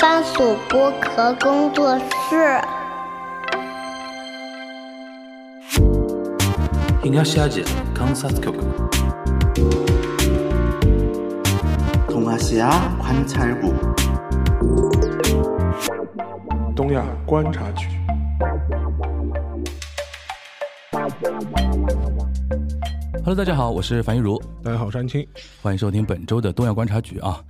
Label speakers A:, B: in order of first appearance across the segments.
A: 番薯剥壳工作室。
B: 東アジア観察局
C: 동아시아 관찰국
D: 东亚观察局。
E: Hello，大家好，我是樊玉茹，
D: 大家好，山青。
E: 欢迎收听本周的东亚观察局啊。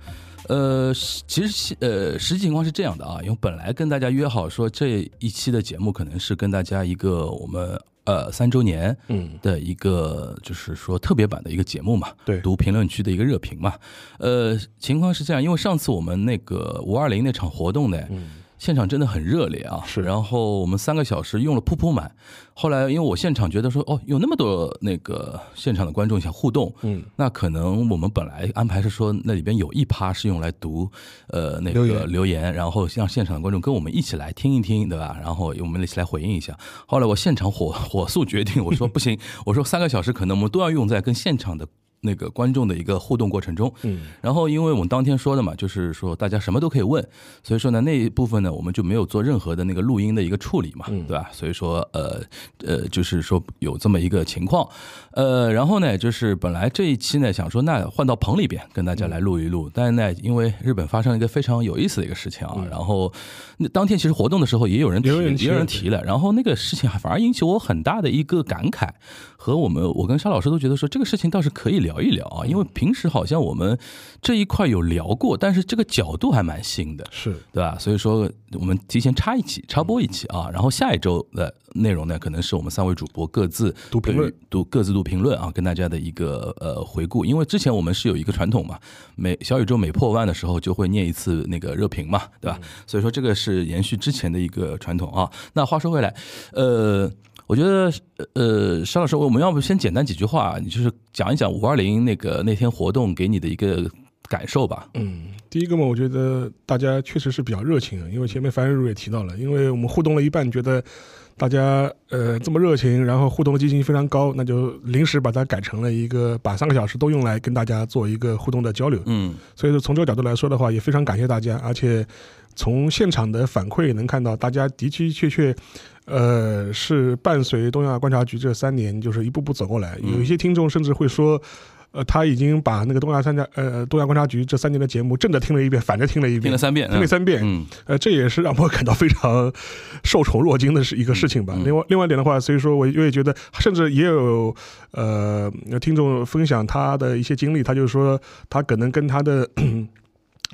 E: 呃，是其实是呃，实际情况是这样的啊，因为本来跟大家约好说这一期的节目可能是跟大家一个我们呃三周年
D: 嗯
E: 的一个就是说特别版的一个节目嘛，
D: 对
E: 读评论区的一个热评嘛。呃，情况是这样，因为上次我们那个五二零那场活动呢，现场真的很热烈啊，
D: 嗯是
E: 然后我们三个小时用了铺铺满，后来因为我现场觉得说，哦，有那么多那个现场的观众想互动，
D: 嗯，
E: 那可能我们本来安排是说那里边有一趴是用来读，呃，那
D: 留
E: 个
D: 言
E: 留言，然后让现场的观众跟我们一起来听一听，对吧？然后我们一起来回应一下。后来我现场火火速决定，我说不行，我说三个小时可能我们都要用在跟现场的。那个观众的一个互动过程中，嗯，然后因为我们当天说的嘛，就是说大家什么都可以问，所以说呢那一部分呢我们就没有做任何的那个录音的一个处理嘛，
D: 嗯
E: 对吧？所以说呃呃就是说有这么一个情况，呃，然后呢，就是本来这一期呢，想说那换到棚里边跟
D: 嗯
E: 大家来录一录，但是呢，因为日本发生了一个非常有意思的一个事情啊，然后那当天其实活动的时候也有人
D: 嗯
E: 提，
D: 也有人提
E: 也有人
D: 了
E: 提了，然后那个事情还反而引起我很大的一个感慨，和我们我跟沙老师都觉得说这个事情倒是可以聊一聊啊，
D: 嗯
E: 因为平时好像我们这一块有聊过，但是这个角度还蛮新的，
D: 是
E: 对吧？所以说我们提前插一期，插播一期啊，
D: 嗯
E: 然后下一周的内容呢，可能是我们三位主播各自
D: 读评论
E: 对于，读各自读评论啊，跟大家的一个呃回顾。因为之前我们是有一个传统嘛，每小宇宙每破万的时候就会念一次那个热评嘛，对
D: 嗯
E: 吧？所以说这个是延续之前的一个传统啊。那话说回来，呃。我觉得，呃，沙老师，我们要不先简单几句话，你就是讲一讲五二零那个那天活动给你的一个感受吧。
D: 嗯第一个嘛，我觉得大家确实是比较热情啊的，因为前面樊瑞也提到了，因为我们互动了一半，觉得大家呃这么热情，然后互动的积极性非常高，那就临时把它改成了一个把三个小时都用来跟大家做一个互动的交流。
E: 嗯
D: 所以说从这个角度来说的话，也非常感谢大家，而且从现场的反馈也能看到，大家的的确确，呃，是伴随东亚观察局这三年，就是一步步走过来。
E: 嗯
D: 有一些听众甚至会说。呃，他已经把那个东亚参加呃东亚观察局这三年的节目正着听了一遍，反着听了一遍，
E: 听了三遍
D: 听了三遍，
E: 嗯，
D: 呃，这也是让我感到非常受宠若惊的是一个事情吧。
E: 嗯嗯
D: 另外，另外一点的话，所以说我我也觉得，甚至也有呃听众分享他的一些经历，他就说他可能跟他的。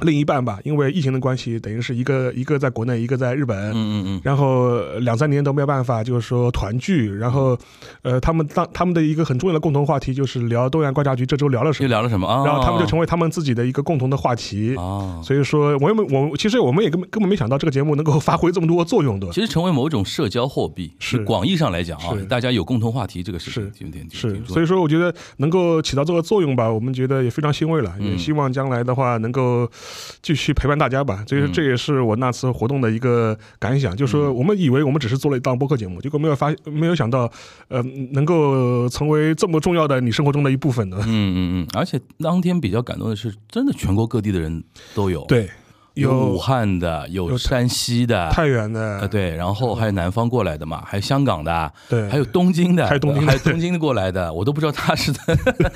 D: 另一半吧，因为疫情的关系，等于是一个一个在国内，一个在日本，
E: 嗯嗯
D: 然后呃两三年都没有办法，就是说团聚。然后，呃，他们当他们的一个很重要的共同话题就是聊东亚观察局这周聊了
E: 嗯，又
D: 什么，
E: 聊了什么啊？
D: 然后他们就成为他们自己的一个共同的话题。
E: 啊，
D: 所以说，我也没我其实我们也根本根本没想到这个节目能够发挥这么多作用的。
E: 其实成为某种社交货币，
D: 是
E: 广义上来讲啊
D: 是，
E: 大家有共同话题这个事情
D: 是
E: 挺，挺挺
D: 是
E: 挺，重
D: 所
E: 要
D: 以说我觉得能够起到这个作用吧，我们觉得也非常欣慰了，
E: 嗯
D: 也希望将来的话能够继续陪伴大家吧。
E: 嗯
D: 所以说这也是我那次活动的一个感想，就是说我们以为我们只是做了一档播客节目，结果没有发没有想到，呃，能够成为这么重要的你生活中的一部分的。
E: 嗯嗯嗯，而且当天比较感动的是，真的全国各地的人都有，，
D: 对，
E: 有武
D: 有
E: 汉的，有山西的，
D: 太原
E: 呃
D: 的，
E: 对，然后还有南方过来的嘛，还有香港的，
D: 嗯对，
E: 还有东京的，
D: 还有东京的
E: 还有东京的过来的，我都不知道他是在，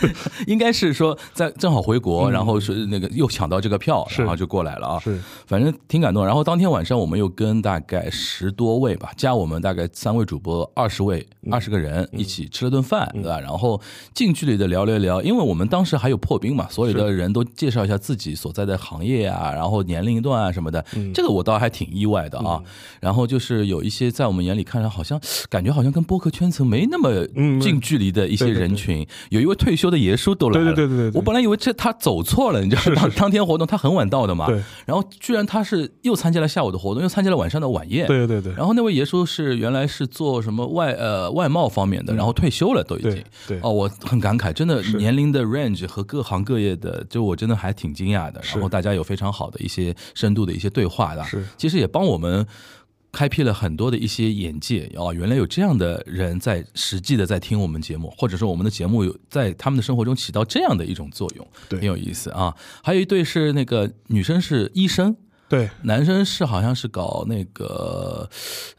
E: 应该是说在正好回国，然后是那个又抢到这个票，
D: 嗯是
E: 然后就过来了啊，
D: 是
E: 反正挺感动。然后当天晚上我们又跟大概十多位吧，加我们大概三位主播，二十位
D: 嗯
E: 二十个人一起吃了顿饭，对吧？然后近距离的聊了一聊，因为我们当时还有破冰嘛，所有的人都介绍一下自己所在的行业啊，然后年龄段啊什么的，
D: 嗯
E: 这个我倒还挺意外的啊。然后就是有一些在我们眼里看来好像感觉好像跟播客圈层没那么
D: 嗯
E: 近距离的一些
D: 对对对
E: 人群，有一位退休的爷叔都来了，
D: 对对对对对
E: 我本来以为这他走错了，你知道吗？当天活动他很晚到的嘛，
D: 对
E: 然后居然他是又参加了下午的活动，又参加了晚上的晚宴。
D: 对对对，
E: 然后那位爷叔是原来是做什么外呃外贸方面的，然后退休了都已经
D: 嗯对。对
E: 哦，我很感慨，真的年龄的 range 和各行各业的，就我真的还挺惊讶的。然后大家有非常好的一些深度的一些对话的，
D: 是
E: 啊其实也帮我们。开辟了很多的一些眼界哦，原来有这样的人在实际的在听我们节目，或者说我们的节目有在他们的生活中起到这样的一种作用，
D: 对
E: 很有意思啊。还有一对是那个女生是医生，
D: 对，
E: 男生是好像是搞那个，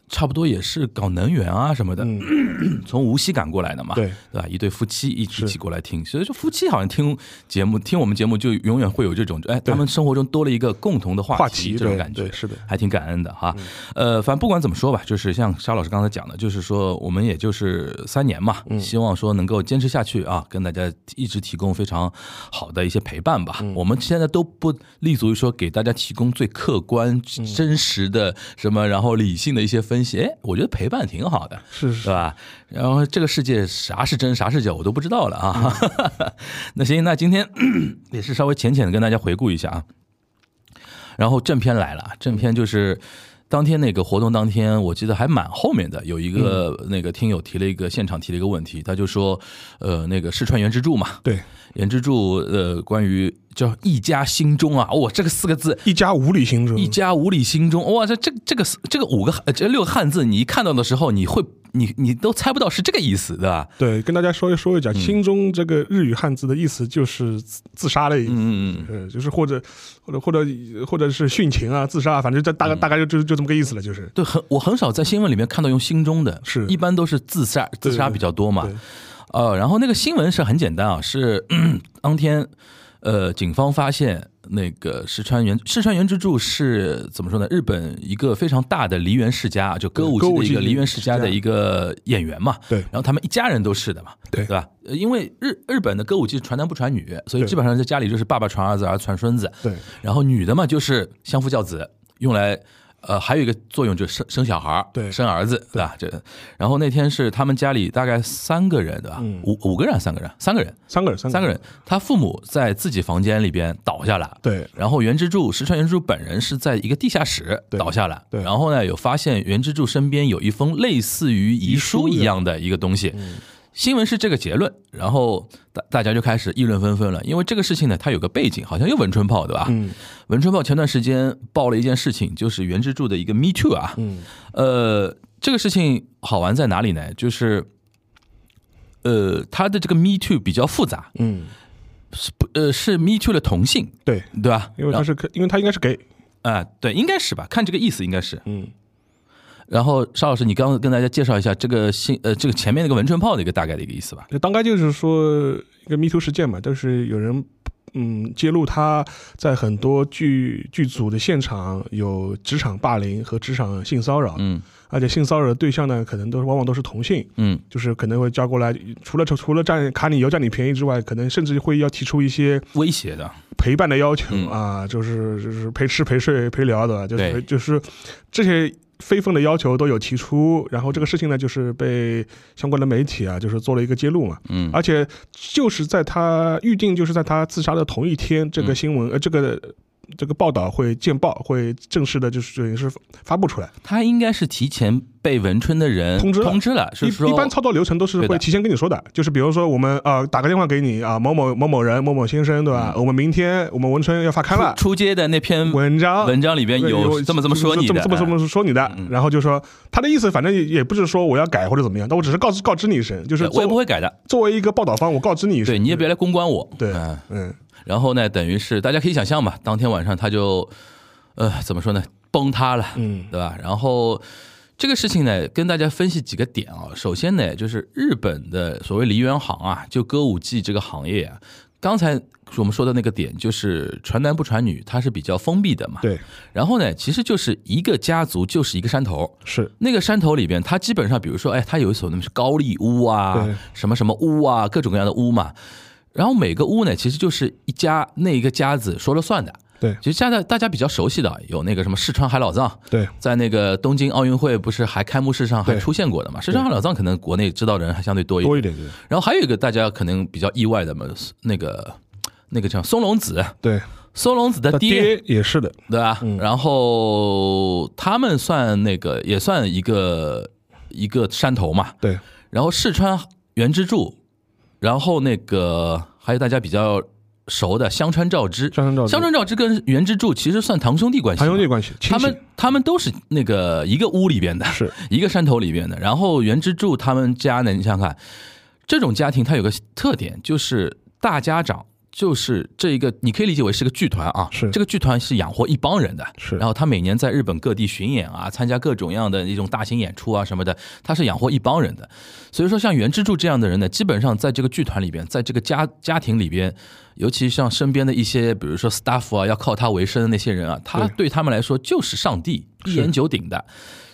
E: 差不多也是搞能源啊什么的， 从无锡赶过来的嘛，
D: 嗯对
E: 吧？一对夫妻一一起过来听，所以说夫妻好像听节目，听我们节目就永远会有这种，哎，他们生活中多了一个共同的话
D: 话题
E: 题，这种
D: 对
E: 感觉
D: 对是的嗯
E: 还挺感恩的哈。呃，反正不管怎么说吧，就是像沙老师刚才讲的，就是说我们也就是三年嘛，
D: 嗯
E: 希望说能够坚持下去啊，跟大家一直提供非常好的一些陪伴吧。
D: 嗯
E: 我们现在都不立足于说给大家提供最客观、
D: 嗯
E: 真实的什么，然后理性的一些分析。哎，我觉得陪伴挺好的。
D: 是
E: 对
D: 是，
E: 吧？然后这个世界啥是真，啥是假，我都不知道了啊。 那行，那今天 也是稍微浅浅的跟大家回顾一下啊。然后正片来了，正片就是当天那个活动当天，我记得还蛮后面的，有一个那个听友提了一个现场提了一个问题，他就说，呃，那个四川原之助嘛，
D: 对，
E: 原之助，呃，关于叫一家心中啊，哇、这个四个字
D: 一家无理行者，
E: 一家无理心中，哇，这这这个这个五个呃这六个汉字，你一看到的时候，你会你你都猜不到是这个意思，对吧？
D: 对，跟大家说一说一
E: 嗯
D: 下，心中这个日语汉字的意思就是自自杀的意思，
E: 嗯嗯
D: 呃，就是或者或者或者或者是殉情啊、自杀啊，反正这大
E: 嗯
D: 概大概就就就这么个意思了，就是
E: 对，很我很少在新闻里面看到用心中的，
D: 是
E: 一般都是自杀
D: 对
E: 自杀比较多嘛
D: 对。
E: 呃，然后那个新闻是很简单啊，是 当天呃警方发现那个石川原石川原之助是怎么说呢？日本一个非常大的梨园世家啊，就歌舞
D: 对歌
E: 伎
D: 舞
E: 的一
D: 伎
E: 个梨园世家
D: 世
E: 的
D: 家
E: 一个演员嘛。
D: 对
E: 然后他们一家人都是的嘛，
D: 对
E: 对吧？呃因为日日本的歌舞伎传男不传女，所以
D: 对
E: 基本上在家里就是爸爸传儿子，儿子传孙子。
D: 对
E: 然后女的嘛就是相夫教子，用来呃还有一个作用就是生生小孩儿
D: 对
E: 生儿子，对吧？这然后那天是他们家里大概三个人，对吧？五五个人，三个人，三个人，
D: 嗯三个人，三
E: 三个人，，他父母在自己房间里边倒下了。
D: 对
E: 然后原之助石川原之助本人是在一个地下室
D: 对
E: 倒下了，
D: 对
E: 然后呢，有发现原之助身边有一封类似于遗书一样的一个东西，
D: 嗯
E: 新闻是这个结论，然后大大家就开始议论纷纷了，因为这个事情呢，它有个背景，好像有文春炮对吧？嗯，文春炮前段时间爆了一件事情，就是原之助的一个 Me Too 啊，嗯，呃，这个事情好玩在哪里呢？就是。呃，他的这个 Me Too 比较复杂，
D: 嗯，
E: 呃，是 Me Too 的同性，
D: 对，
E: 对吧？
D: 因为他是因为他应该是给，
E: 啊、对，应该是吧？看这个意思，应该是。
D: 嗯，
E: 然后沙老师，你刚刚跟大家介绍一下这个新呃这个前面那个文春炮的一个大概的一个意思吧？
D: 就当该就是说一个 Me Too 事件嘛，就是有人嗯揭露他在很多剧剧组的现场有职场霸凌和职场性骚扰，
E: 嗯
D: 而且性骚扰的对象呢，可能都是往往都是同性，
E: 嗯
D: 就是可能会叫过来，除了除了占卡你油占你便宜之外，可能甚至会要提出一些
E: 威胁的，
D: 陪伴的要求、
E: 嗯
D: 啊，就是就是陪吃陪睡陪聊的，就
E: 对
D: 是就是这些非分的要求都有提出，然后这个事情呢，就是被相关的媒体啊，就是做了一个揭露嘛，
E: 嗯
D: 而且就是在他预定就是在他自杀的同一天，这个
E: 嗯
D: 新闻、呃这个。这个报道会见报，会正式的，就是等于是发布出来。
E: 他应该是提前被文春的人
D: 通知了
E: 通知了，是说
D: 一一般操作流程都是
E: 对的
D: 会提前跟你说的，就是比如说我们啊、呃打个电话给你啊、某某某某人某某先生对吧？我们明天我们文春要发刊了
E: 嗯出，出街的那篇
D: 文章
E: 文章里边
D: 对
E: 有这么这么说你
D: 这么
E: 的，
D: 这么这
E: 哎
D: 么说你的，然后就说他的意思，反正也也不是说我要改或者怎么样，但我只是告知告知你一声，就是
E: 对哎我也不
D: 作
E: 会改的，
D: 作为一个报道方，我告知你一声，
E: 对，你也别来公关我，
D: 对
E: 嗯，
D: 嗯，
E: 然后呢，等于是大家可以想象嘛，当天晚上他就，呃，怎么说呢，崩塌了，
D: 嗯，
E: 对吧？然后这个事情呢，跟大家分析几个点啊。首先呢，就是日本的所谓梨园行啊，就歌舞伎这个行业啊，刚才我们说的那个点就是传男不传女，它是比较封闭的嘛。。
D: 对，
E: 然后呢，其实就是一个家族就是一个山头，
D: 是
E: 那个山头里边，它基本上，比如说，哎，它有一所那么是高丽屋啊
D: 对，
E: 什么什么屋啊，各种各样的屋嘛。然后每个屋呢，其实就是一家那一个家子说了算的。
D: 对
E: 其实家在大家比较熟悉的有那个什么世川海老藏，
D: 对
E: 在那个东京奥运会不是还开幕式上还
D: 对
E: 出现过的嘛？世川海老藏可能国内知道的人还相对多一点
D: 多。一点对
E: 然后还有一个大家可能比较意外的嘛，那个那个叫松隆子，
D: 对，
E: 松隆子的
D: 他
E: 爹
D: 爹也是的，
E: 对吧？
D: 嗯
E: 然后他们算那个也算一个一个山头嘛。
D: 对
E: 然后四川原之助，然后那个还有大家比较熟的香川照之，
D: 香川照之
E: 香川照之跟原之助其实算堂兄弟关系嘛，
D: 堂兄弟关系，
E: 他
D: 亲戚
E: 们他们都是那个一个屋里边的，
D: 是
E: 一个山头里边的。然后原之助他们家呢，你想想看，这种家庭它有个特点，就是大家长就是这一个，你可以理解为是个剧团啊，
D: 是
E: 这个剧团是养活一帮人的，
D: 是
E: 然后他每年在日本各地巡演啊，参加各种样的一种大型演出啊什么的，他是养活一帮人的。所以说，像袁之助这样的人呢，基本上在这个剧团里边，在这个家家庭里边，尤其像身边的一些，比如说 staff 啊，要靠他为生的那些人啊，他对他们来说就是上帝，一言九鼎的。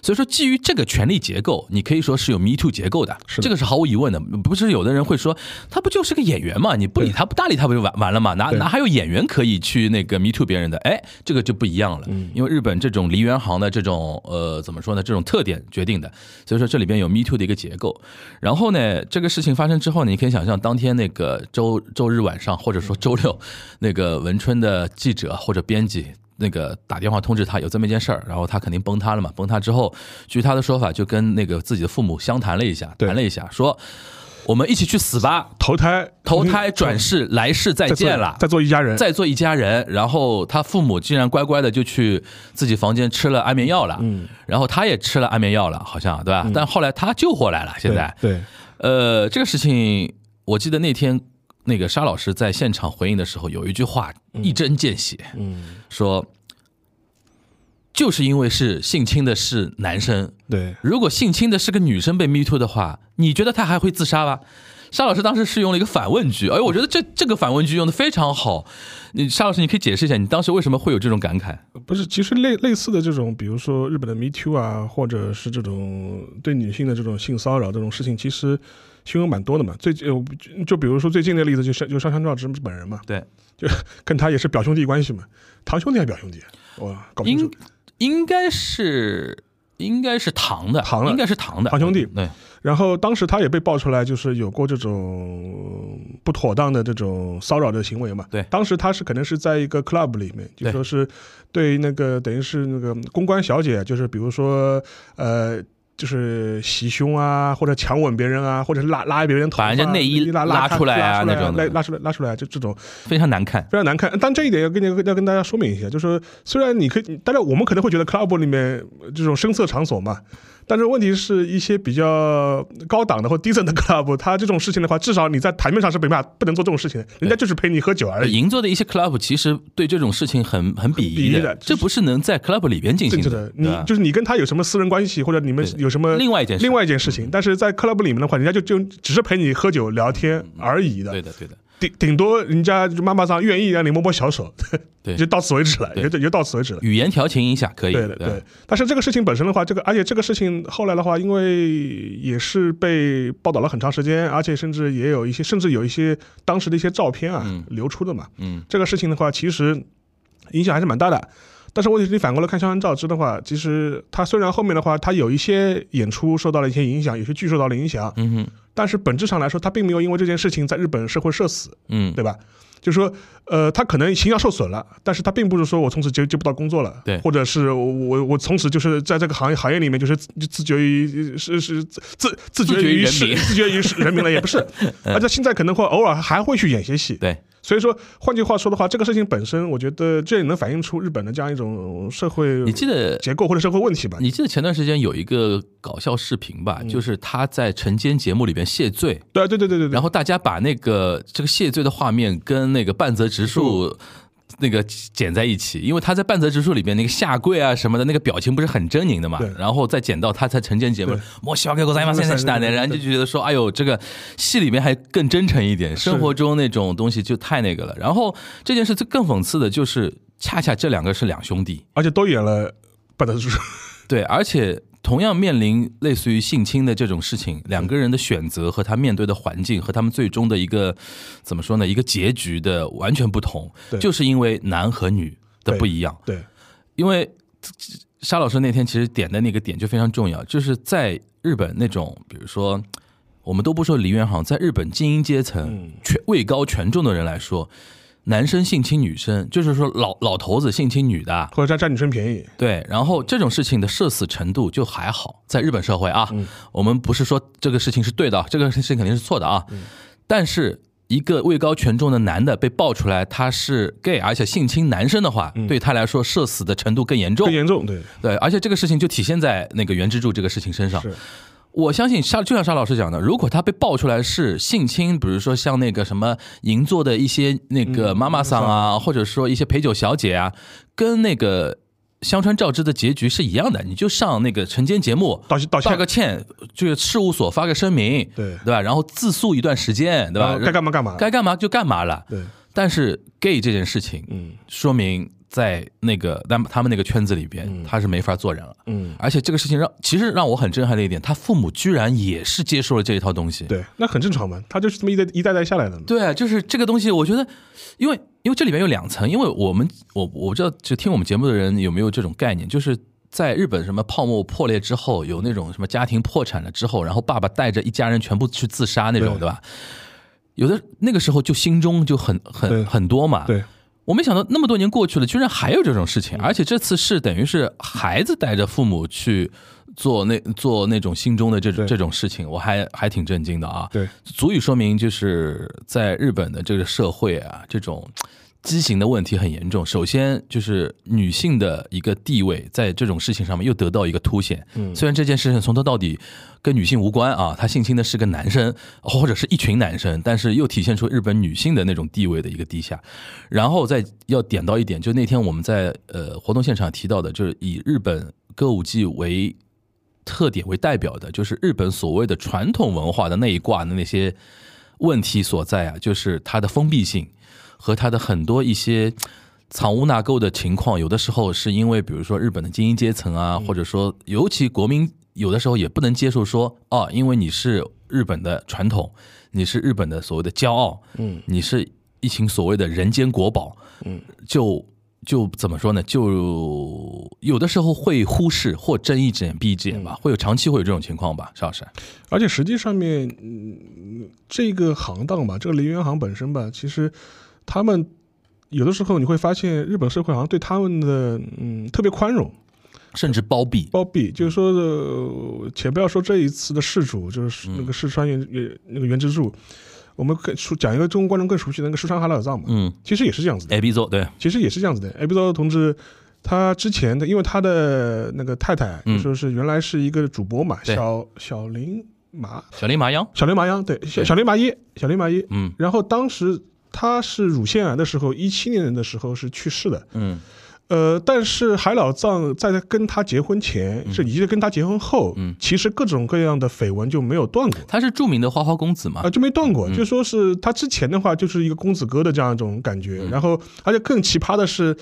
E: 所以说，基于这个权力结构，你可以说是有 Me Too 结构的，
D: 是的
E: 这个是毫无疑问的。不是有的人会说，他不就是个演员嘛？你不理他，不搭理他，不就完完了嘛？哪
D: 对
E: 哪还有演员可以去那个 Me Too 别人的？哎，这个就不一样了，
D: 嗯
E: 因为日本这种梨园行的这种呃怎么说呢？这种特点决定的，所以说这里边有 Me Too 的一个结构。然后呢，这个事情发生之后呢，你可以想象当天那个周周日晚上，或者说周六，那个文春的记者或者编辑。那个打电话通知他有这么一件事儿，然后他肯定崩塌了嘛。崩塌之后，据他的说法，就跟那个自己的父母相谈了一下，
D: 对
E: 谈了一下，说我们一起去死吧，
D: 投胎
E: 投胎转世，来世再
D: 嗯再做
E: 见了，
D: 再做一家人，
E: 再做一家人。然后他父母竟然乖乖的就去自己房间吃了安眠药了，嗯，然后他也吃了安眠药了，好像对吧？但后来他救回来了，
D: 嗯
E: 现
D: 对
E: 在，
D: 对
E: 呃，这个事情我记得那天那个沙老师在现场回应的时候，有一句话一针见血，
D: 嗯，
E: 说就是因为是性侵的是男生，
D: 对
E: 如果性侵的是个女生被 me too 的话，你觉得她还会自杀吗？沙老师当时是用了一个反问句，哎，我觉得这这个反问句用的非常好。你沙老师，你可以解释一下你当时为什么会有这种感慨？
D: 不是，其实类类似的这种，比如说日本的 Me Too 啊，或者是这种对女性的这种性骚扰这种事情，其实新闻蛮多的嘛。最近呃就比如说最近的例子，就是就上山照之本人嘛，
E: 对，
D: 就跟他也是表兄弟关系嘛，堂兄弟还是表兄弟，啊哇，搞不清
E: 应
D: 楚。
E: 应该是应该是糖的，
D: 糖的
E: 应该是糖的
D: 堂兄弟
E: 对，
D: 然后当时他也被爆出来，就是有过这种不妥当的这种骚扰的行为嘛。
E: 对
D: 当时他是可能是在一个 club 里面，就
E: 对
D: 说是对那个等于是那个公关小姐，就是比如说呃。就是袭胸啊，或者强吻别人啊，或者拉拉别人头发，
E: 把人家内衣
D: 拉
E: 拉
D: 开
E: 出来啊
D: 拉出
E: 那种的
D: 拉拉出来拉出来，就这种
E: 非常难看。
D: 非常难看。但这一点要跟要跟大家说明一下，就是说虽然你可以，大家我们可能会觉得 club 里面呃这种声色场所嘛，但是问题是一些比较高档的或 decent 的 club，它这种事情的话，至少你在台面上是没办法不能做这种事情的，人家就是陪你喝酒而已。
E: 银座的一些 club 其实对这种事情很很
D: 很
E: 鄙
D: 鄙
E: 夷
D: 夷的
E: 这不是能在 club 里边进
D: 对
E: 行
D: 对
E: 的
D: 的，，你
E: 对吧
D: 就是你跟他有什么私人关系，或者你们
E: 对
D: 有什么
E: 另外一件事
D: 另外一件事情，但是在 club 里面的话，人家就就只是陪你喝酒聊天而已的
E: 对，的对的。
D: 顶顶多人家就妈妈桑愿意让你摸摸小手，
E: 对
D: 就到此为止了，
E: 对
D: 也就也就到此为止了。
E: 语言调情一下可以，
D: 对的，对。但是这个事情本身的话，这个而且这个事情后来的话，因为也是被报道了很长时间，而且甚至也有一些，甚至有一些当时的一些照片啊、
E: 嗯
D: 流出的嘛。
E: 嗯，
D: 这个事情的话，其实影响还是蛮大的。但是问题是你反过来看香川照之的话，其实他虽然后面的话，他有一些演出受到了一些影响，有些剧受到了影响，
E: 嗯哼，
D: 但是本质上来说，他并没有因为这件事情在日本社会社死。
E: 嗯，
D: 对吧？就是说，呃，他可能形象受损了，但是他并不是说我从此接接不到工作了，
E: 对
D: 或者是我我我从此就是在这个行业行业里面就是自自觉于是是自自自觉
E: 自觉于
D: 于
E: 人
D: 是
E: 民
D: 自觉于是人民了，也不 是，而且现在可能会偶尔还会去演些戏，
E: 对，
D: 所以说，换句话说的话，这个事情本身，我觉得这也能反映出日本的这样一种社会
E: 你记得
D: 结构或者社会问题吧？
E: 你记得前段时间有一个搞笑视频吧，
D: 嗯
E: 就是他在晨间节目里边谢罪，
D: 对对对对对对
E: 然，后大家把那个这个谢罪的画面跟那个半泽直树。
D: 嗯
E: 那个剪在一起，因为他在半泽直树里边那个下跪啊什么的，那个表情不是很狰狞的嘛
D: 对，
E: 然后再剪到他在晨间节目
D: 对，
E: 我小给我在吗？现在是
D: 对对对
E: 然后就觉得说，哎呦，这个戏里面还更真诚一点，生活中那种东西就太那个了。然后这件事最更讽刺的就是，恰恰这两个是两兄弟，
D: 而且都演了半泽直树，
E: 对，而且同样面临类似于性侵的这种事情，
D: 嗯
E: 两个人的选择和他面对的环境和他们最终的一个怎么说呢？一个结局的完全不同，
D: 对
E: 就是因为男和女的不一样。
D: 对
E: 因为沙老师那天其实点的那个点就非常重要，就是在日本那种，比如说我们都不说梨园行，在日本精英阶
D: 嗯
E: 层、权位高权重的人来说。男生性侵女生，就是说老老头子性侵女的，啊
D: 或者占占女生便宜，
E: 对，然后这种事情的社死程度就还好，在日本社会啊，我们不是说这个事情是对的，这个事情肯定是错的啊，但是。一个位高权重的男的被爆出来他是 gay，而且性侵男生的话，对他来说社死的程度更严重
D: 更。严重，对
E: 对，而且这个事情就体现在那个袁之柱这个事情身上。
D: 是
E: 我相信沙，就像沙老师讲的，如果他被爆出来是性侵，比如说像那个什么银座的一些那
D: 嗯
E: 个妈妈桑啊，或者说一些陪酒小姐啊，跟那个香川照之的结局是一样的，你就上那个晨间节目
D: 道道歉
E: 道个歉，就是事务所发个声明，
D: 对
E: 对吧？然后自诉一段时间，对吧？
D: 该干嘛干嘛，
E: 该干嘛就干嘛了。
D: 对，
E: 但是 gay 这件事情，
D: 嗯
E: 说明在那个他们他们那个圈子里边，
D: 嗯
E: 他是没法做人了。
D: 嗯，
E: 而且这个事情让其实让我很震撼的一点，他父母居然也是接受了这一套东西。
D: 对，那很正常嘛，他就是这么一代一代代下来的嘛。
E: 对，啊就是这个东西，我觉得，因为因为这里面有两层，因为我们我我不知道就听我们节目的人有没有这种概念，就是。在日本什么泡沫破裂之后，有那种什么家庭破产了之后，然后爸爸带着一家人全部去自杀那种，
D: 对
E: 对吧？有的那个时候就心中就很
D: 对
E: 很很多嘛，
D: 对，
E: 我没想到那么多年过去了，居然还有这种事情，
D: 嗯
E: 而且这次是等于是孩子带着父母去做那做那种心中的这种
D: 对
E: 这种事情，我还还挺震惊的啊。
D: 对，
E: 足以说明就是在日本的这个社会啊，这种畸形的问题很严重。首先就是女性的一个地位在这种事情上面又得到一个凸显。嗯，虽然这件事情从头到底跟女性无关啊，她性侵的是个男生或者是一群男生，但是又体现出日本女性的那种地位的一个低下。然后再要点到一点，就那天我们在呃活动现场提到的，就是以日本歌舞伎为特点为代表的，就是日本所谓的传统文化的那一挂的那些问题所在啊，就是它的封闭性和它的很多一些藏污纳垢的情况，有的时候是因为比如说日本的精英阶层啊，或者说尤其国民有的时候也不能接受说哦，因为你是日本的传统，你是日本的所谓的骄傲，嗯，你是一群所谓的人间国宝，嗯，就。就怎么说呢？就有的时候会忽视或睁一只眼闭一只眼吧，会有长期会有这种情况吧，邵老师。
D: 而且实际上面，嗯，这个行当吧，这个梨园行本身吧，其实他们有的时候你会发现，日本社会好像对他们的嗯特别宽容，
E: 甚至包庇，
D: 包庇，就是说，呃且不要说这一次的事主，
E: 嗯
D: 就是那个四川原原、那个原之助，我们更熟讲一个中国观众更熟悉的那个四川哈拉尔藏嘛，
E: 嗯
D: 其实也是这样子的，
E: ，A B 座对，
D: 其实也是这样子的。艾比多同志，他之前的，因为他的那个太太，
E: 嗯
D: 就说是原来是一个主播嘛，
E: 对
D: 小小林麻，
E: 小林麻央，
D: 小林麻央，对，小
E: 对
D: 小林麻衣，小林麻衣。
E: 嗯
D: 然后当时他是乳腺癌的时候，一七年的时候是去世的。
E: 嗯
D: 呃，但是海老藏在他跟他结婚前，是以及跟他结婚后，
E: 嗯
D: 其实各种各样的绯闻就没有断过。
E: 他是著名的花花公子嘛
D: 啊，，就没断过。就说是他之前的话，就是一个公子哥的这样一种感觉。然后，而且更奇葩的是，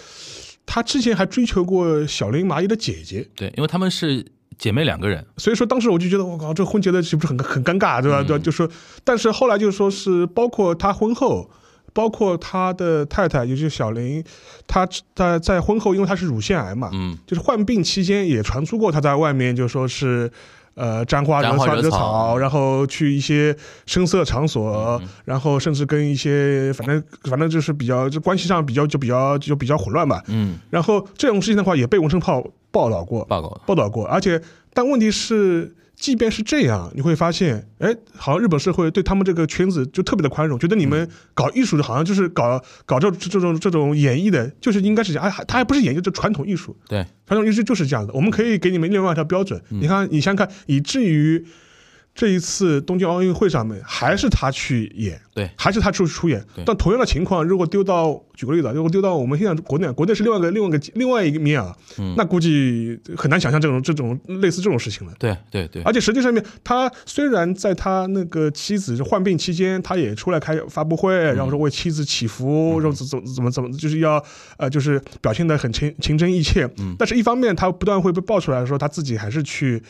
D: 他之前还追求过小林麻衣的姐姐。
E: 对，因为他们是姐妹两个人，
D: 所以说，当时我就觉得，我靠，这婚结的是不是很很尴尬，对吧？对吧？就说，但是后来就说是，包括他婚后，包括他的太太，也就是小林，他他在婚后，因为他是乳腺癌嘛，
E: 嗯，
D: 就是患病期间也传出过他在外面就说是。呃，沾花
E: 沾花
D: 惹
E: 惹
D: 草，
E: 草
D: 然后去一些声色场所，然后甚至跟一些反正反正就是比较就关系上比较就比较就比较混乱吧。
E: 嗯，
D: 然后这种事情的话也被文春炮报道过，
E: 报告，
D: 报道过，而且但问题是，即便是这样，你会发现，哎，好像日本社会对他们这个圈子就特别的宽容，觉得你们搞艺术的，好像就是搞搞这这这种这种演艺的，就是应该是这样，哎，还他还不是演艺，就传统艺术，
E: 对，
D: 传统艺术就是这样的，我们可以给你们另外一条标准。你看，你想想看，以至于这一次东京奥运会上面，还是他去演，
E: 对
D: 还是他出出演
E: 对。
D: 但同样的情况，如果丢到举个例子啊，如果丢到我们现在国内，国内是另外一个另外一个另外一个面啊，
E: 嗯
D: 那估计很难想象这种这种类似这种事情了。
E: 对对对，
D: 而且实际上面，他虽然在他那个妻子患病期间，他也出来开发布会，然后说为妻子祈福，然后怎怎怎么怎么，就是要呃，就是表现的很情情真意切。但是，一方面他不断会被爆出来说他自己还是去。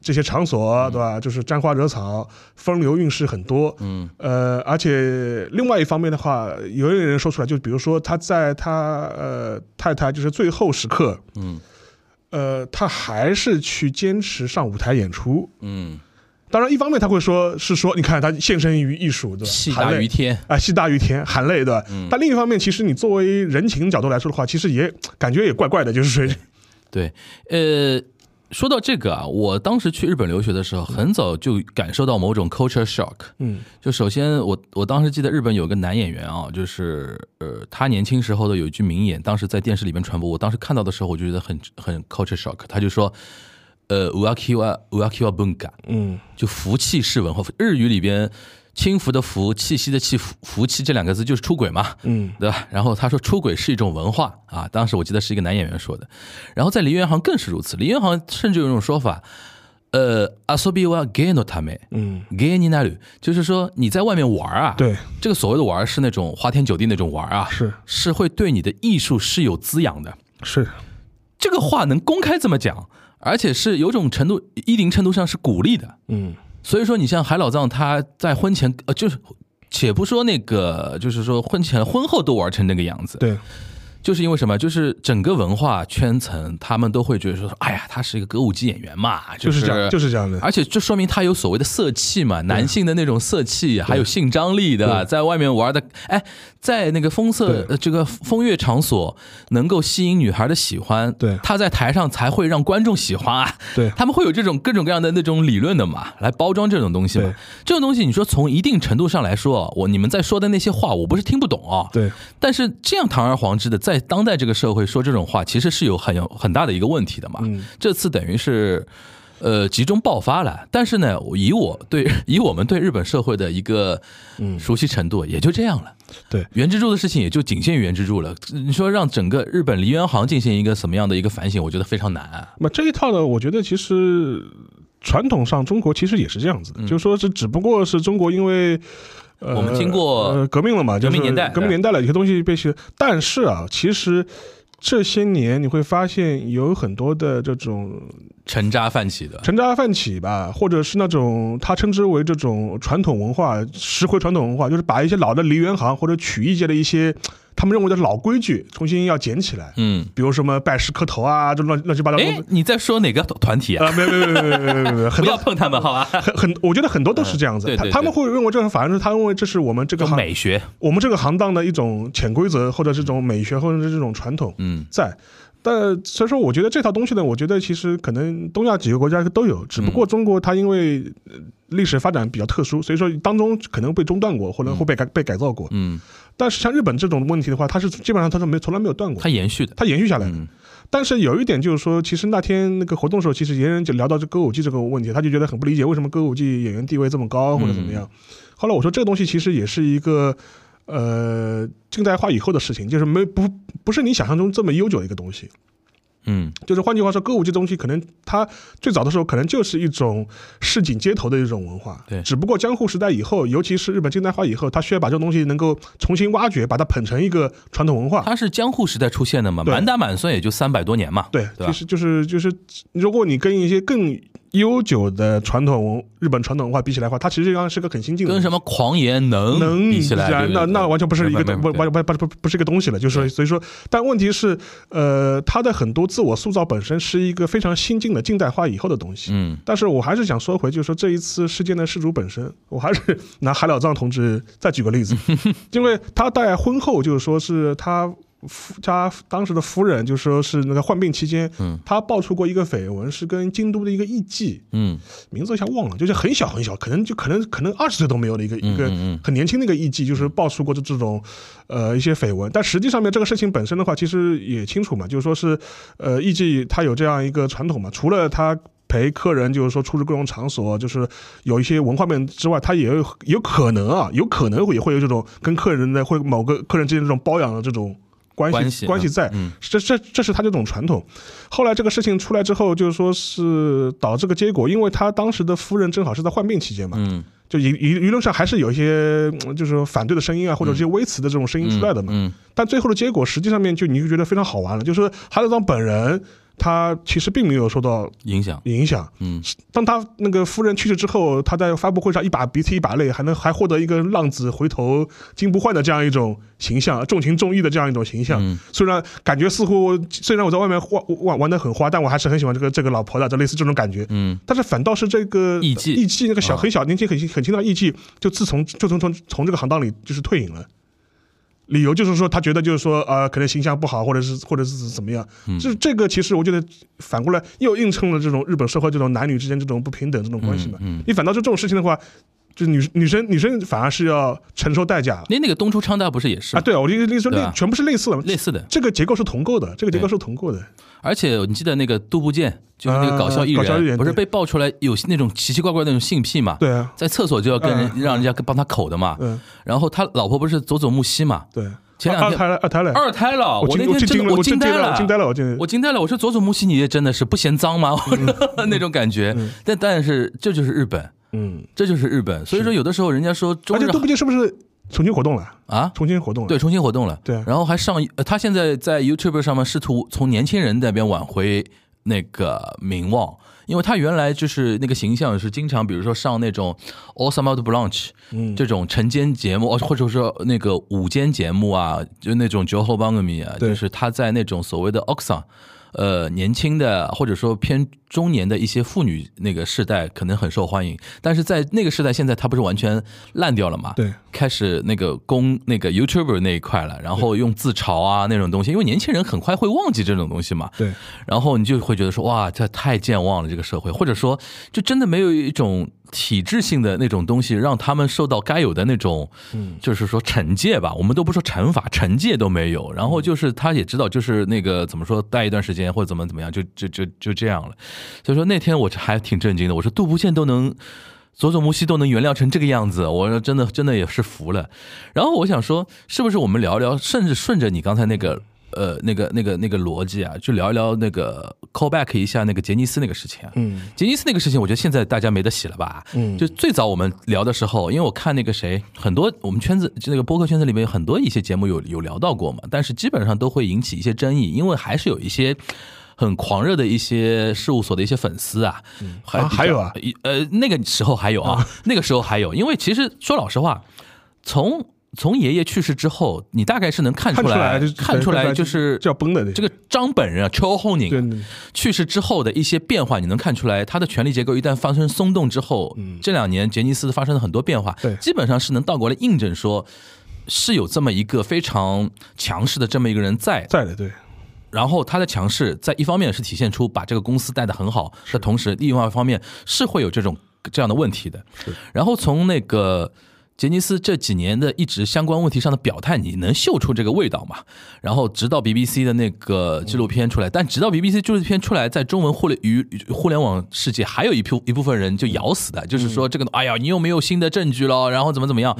D: 这些场所，对吧？就是沾花惹草，风流韵事很多。嗯，呃，而且另外一方面的话，有一个人说出来，就比如说他在他呃太太就是最后时刻，嗯，呃，他还是去坚持上舞台演出。
E: 嗯，
D: 当然，一方面他会说是说，你看他献身于艺术，对吧？
E: 气
D: 含
E: 大
D: 泪
E: 于天，嗯
D: 啊，戏大于天，含泪的。但另一方面，其实你作为人情角度来说的话，其实也感觉也怪怪的，就是 说，
E: 对，呃，说到这个啊，我当时去日本留学的时候，很早就感受到某种 culture shock。
D: 嗯，
E: 就首先我我当时记得日本有个男演员啊，就是呃，他年轻时候的有一句名言，当时在电视里面传播，我当时看到的时候我就觉得很很 culture shock。他就说，呃 u a k i w a u a k i w a bunga，
D: 嗯
E: 就服气式文化。日语里边轻浮的浮，气息的气，服服气这两个字就是出轨嘛，
D: 嗯，
E: 对吧？然后他说出轨是一种文化啊，当时我记得是一个男演员说的。然后在梨园行更是如此，梨园行甚至有一种说法，呃，asobi wa gay no tame。
D: 嗯，
E: gay ni naru，就是说你在外面玩啊，，
D: 对，
E: 这个所谓的玩是那种花天酒地那种玩啊，
D: 是
E: 是会对你的艺术是有滋养的。
D: 是，
E: 这个话能公开这么讲，而且是有种程度一定程度上是鼓励的。
D: 嗯
E: 所以说，你像海老藏他在婚前呃，就是且不说那个，就是说婚前婚后都玩成那个样子，
D: 对，
E: 就是因为什么？就是整个文化圈层，他们都会觉得说，哎呀，他是一个歌舞伎演员嘛，
D: 就是
E: 是
D: 这样，就是这样的，
E: 而且这说明他有所谓的色气嘛，男性的那种色气，还有性张力的吧，在外面玩的，哎，在那个风色
D: 对
E: 呃这个风月场所能够吸引女孩的喜欢，
D: 对
E: 他在台上才会让观众喜欢啊，
D: 对
E: 他们会有这种各种各样的那种理论的嘛，来包装这种东西嘛
D: 对，
E: 这种东西你说从一定程度上来说，我你们在说的那些话，我不是听不懂啊，
D: 对，
E: 但是这样堂而皇之的在当代这个社会说这种话，其实是有很有很大的一个问题的嘛。
D: 嗯
E: 这次等于是。呃，集中爆发了，但是呢，我以我对 以我们对日本社会的一个熟悉程度，也就这样了。
D: 嗯对
E: 原之助的事情也就仅限于原之助了。你说让整个日本梨园行进行一个什么样的一个反省，我觉得非常难啊、
D: 那么这一套呢，我觉得其实传统上中国其实也是这样子的，就是说这只不过是中国因为。呃
E: 嗯我们经过
D: 呃革命了嘛，
E: 革命
D: 就是
E: 年代
D: 革命年代了，有些东西被学。但是啊，其实这些年你会发现有很多的这种
E: 沉渣泛起的，
D: 沉渣泛起吧，或者是那种他称之为这种传统文化、拾回传统文化，就是把一些老的梨园行或者曲艺界的一些他们认为的老规矩重新要捡起来，
E: 嗯，
D: 比如什么拜师磕头啊，这乱乱七八糟的东
E: 哎
D: 西。，
E: 你在说哪个团体啊？
D: 啊，没有没有没有没有没有没有没有，很
E: 不要
D: 多
E: 碰他们，好 吧？
D: 很很，我觉得很多都是这样
E: 嗯对
D: 子。他
E: 对
D: 他们
E: 对
D: 会认为这是，反正是他认为这是我们这个
E: 就
D: 行
E: 美学，
D: 我们这个行当的一种潜规则，或者这种美学，或者是这种传统
E: 嗯
D: 在。但所以说，我觉得这套东西呢，我觉得其实可能东亚几个国家都有，只不
E: 嗯
D: 过中国它因为呃历史发展比较特殊，所以说当中可能被中断过，或者会被改被改造过。
E: 嗯，
D: 但是像日本这种问题的话，它是基本上它是没从来没有断过
E: 它，延续的，
D: 它延续下来的
E: 嗯。
D: 但是有一点就是说，其实那天那个活动的时候，其实也有人就聊到这歌舞伎这个问题，他就觉得很不理解，为什么歌舞伎演员地位这么高或者怎么样。
E: 嗯
D: 后来我说，这个东西其实也是一个呃近代化以后的事情，就是没不不是你想象中这么悠久的一个东西。
E: 嗯
D: 就是换句话说，歌舞这东西可能它最早的时候可能就是一种市井街头的一种文化，
E: 对
D: 只不过江户时代以后，尤其是日本近代化以后，他需要把这个东西能够重新挖掘，把它捧成一个传统文化。
E: 它是江户时代出现的嘛，
D: 啊对
E: 满打满算也就三百多年嘛。
D: 对，
E: 对吧
D: 就是就是就是，如果你跟一些更悠久的传统文日本传统文化比起来的话，它其实上是个很新进的东
E: 跟
D: 西。
E: 什么狂言能
D: 能
E: 比起来，呃对
D: 那那完全不是一个不完不
E: 不
D: 不不不是一个东西了，就是说
E: 对
D: 所以说，但问题是，呃，它的很多自我塑造本身是一个非常新进的近代化以后的东西。
E: 嗯，
D: 但是我还是想说回，就是说这一次事件的事主本身，我还是 拿海老藏同志再举个例 子，因为他在婚后就是说是他夫他当时的夫人，就说是那个患病期间，
E: 嗯，
D: 他爆出过一个绯闻，是跟京都的一个艺妓，
E: 嗯
D: 名字一下忘了，就是很小很小，可能就可能可能二十岁都没有的一个一个
E: 嗯嗯
D: 很年轻的一个艺妓，就是爆出过这这种呃一些绯闻。但实际上面这个事情本身的话，其实也清楚嘛，就是说是呃艺妓她有这样一个传统嘛，除了她。陪客人就是说出入各种场所，就是有一些文化面之外，她也有有可能啊，有可能会也会有这种跟客人的会某个客人之间这种包养的这种关系
E: 关系
D: 关系在，
E: 嗯
D: 这这这是他这种传统。后来这个事情出来之后，就是说是导致个结果，因为他当时的夫人正好是在患病期间嘛，
E: 嗯，
D: 就舆舆舆论上还是有一些嗯就是说反对的声音啊，或者这些微词的这种声音出来的嘛。
E: 嗯，
D: 但最后的结果，实际上面就你就觉得非常好玩了，就是韩德章本人他其实并没有受到
E: 影响，
D: 影响。
E: 嗯，
D: 当他那个夫人去世之后，他在发布会上一把鼻涕一把泪，还能还获得一个浪子回头金不换的这样一种形象，重情重义的这样一种形象。
E: 嗯
D: 虽然感觉似乎虽然我在外面玩玩玩的很花，但我还是很喜欢这个这个老婆的，这类似这种感觉。
E: 嗯，
D: 但是反倒是这个
E: 艺妓
D: 艺妓那个小
E: 啊
D: 很小年轻很很轻的艺妓，就自从就从从从这个行当里就是退隐了。理由就是说，他觉得就是说，呃，可能形象不好，或者是或者是怎么样，
E: 嗯
D: 就是这个其实我觉得反过来又映衬了这种日本社会这种男女之间这种不平等这种关系嘛。
E: 嗯嗯
D: 你反倒是这种事情的话，就女女生女生反而是要承受代价
E: 那那个东出昌大不是也是
D: 啊。对啊，我就意思说
E: 对
D: 类
E: 啊
D: 全部是类似的嘛，
E: 类似的？
D: 这个结构是同构的，这个结构
E: 对
D: 是同构的。
E: 而且你记得那个杜步剑，就是那个搞笑艺
D: 啊搞笑艺
E: 人，
D: 人
E: 不是
D: 对
E: 被爆出来有那种奇奇怪怪的那种性癖嘛？
D: 对啊，
E: 在厕所就要跟人
D: 嗯
E: 让人家帮他口的嘛。
D: 嗯，
E: 然后他老婆不是佐佐木希嘛？
D: 对。啊
E: 前
D: 二
E: 两
D: 二胎
E: 天
D: 了，二胎了，
E: 二胎了，
D: 我
E: 那
D: 惊惊
E: 天真
D: 了，
E: 的
D: 我
E: 惊呆
D: 了，我嗯惊呆了，我惊呆了。
E: 我惊呆了，我说佐佐木希，你也真的是不嫌脏吗？我说 那种感觉，但但是这就是日本，
D: 嗯，
E: 这就是日本。所以说，有的时候人家说中
D: 而且
E: 日
D: 杜不见是不是重新活动了？
E: 啊，
D: 重新活动了？
E: 对，重新活动了，
D: 对啊
E: 然后还上，呃他现在在 YouTube 上面试图从年轻人那边挽回那个名望，因为他原来就是那个形象是经常，比如说上那种 All Summer Brunch，
D: 嗯
E: 这种晨间节目，哦或者说那个午间节目啊，就那种酒后帮个米啊，
D: 对
E: 就是他在那种所谓的 Oxon。呃，年轻的或者说偏中年的一些妇女那个世代可能很受欢迎，但是在那个世代，现在他不是完全烂掉了嘛？
D: 对，
E: 开始那个攻那个 YouTuber 那一块了，然后用自嘲啊那种东西，因为年轻人很快会忘记这种东西嘛。
D: 对，
E: 然后你就会觉得说，哇，这太健忘了这个社会，或者说，就真的没有一种体制性的那种东西，让他们受到该有的那种，就是说惩戒吧。我们都不说惩罚，惩戒都没有。然后就是他也知道，就是那个怎么说，待一段时间或者怎么怎么样，就就就就这样了。所以说那天我还挺震惊的，我说杜不见都能。佐佐木希都能原谅成这个样子，我说真的真的也是服了。然后我想说，是不是我们聊一聊，甚至顺着你刚才那个呃那个那个那个逻辑啊，就聊一聊那个 callback 一下那个杰尼斯那个事情啊。
D: 嗯，
E: 杰尼斯那个事情，我觉得现在大家没得洗了吧？
D: 嗯
E: 就最早我们聊的时候，因为我看那个谁，很多我们圈子就那个播客圈子里面有很多一些节目有有聊到过嘛，但是基本上都会引起一些争议，因为还是有一些。很狂热的一些事务所的一些粉丝啊，还
D: 啊
E: 比较
D: 还有啊，
E: 呃，那个时候还有啊，那个时候还有，因为其实说老实话，从从爷爷去世之后，你大概是能看
D: 看
E: 出来，
D: 就是
E: 看出来就是
D: 就要崩的
E: 这个张本人啊，邱后宁啊
D: 对对
E: 去世之后的一些变化，你能看出来，他的权力结构一旦发生松动之后，这两年杰尼斯发生了很多变化
D: 嗯对，
E: 基本上是能倒过来印证说。是有这么一个非常强势的这么一个人在，
D: 在的对，
E: 然后他的强势在一方面是体现出把这个公司带得很好的同时，另外一方面是会有这种这样的问题的。然后从那个杰尼斯这几年的一直相关问题上的表态，你能嗅出这个味道嘛？然后直到 BBC 的那个纪录片出来，但直到 BBC 纪录片出来，在中文互联娱互联网世界，还有一批一部分人就咬死的，就是说这个，哎呀，你有没有新的证据了？然后怎么怎么样？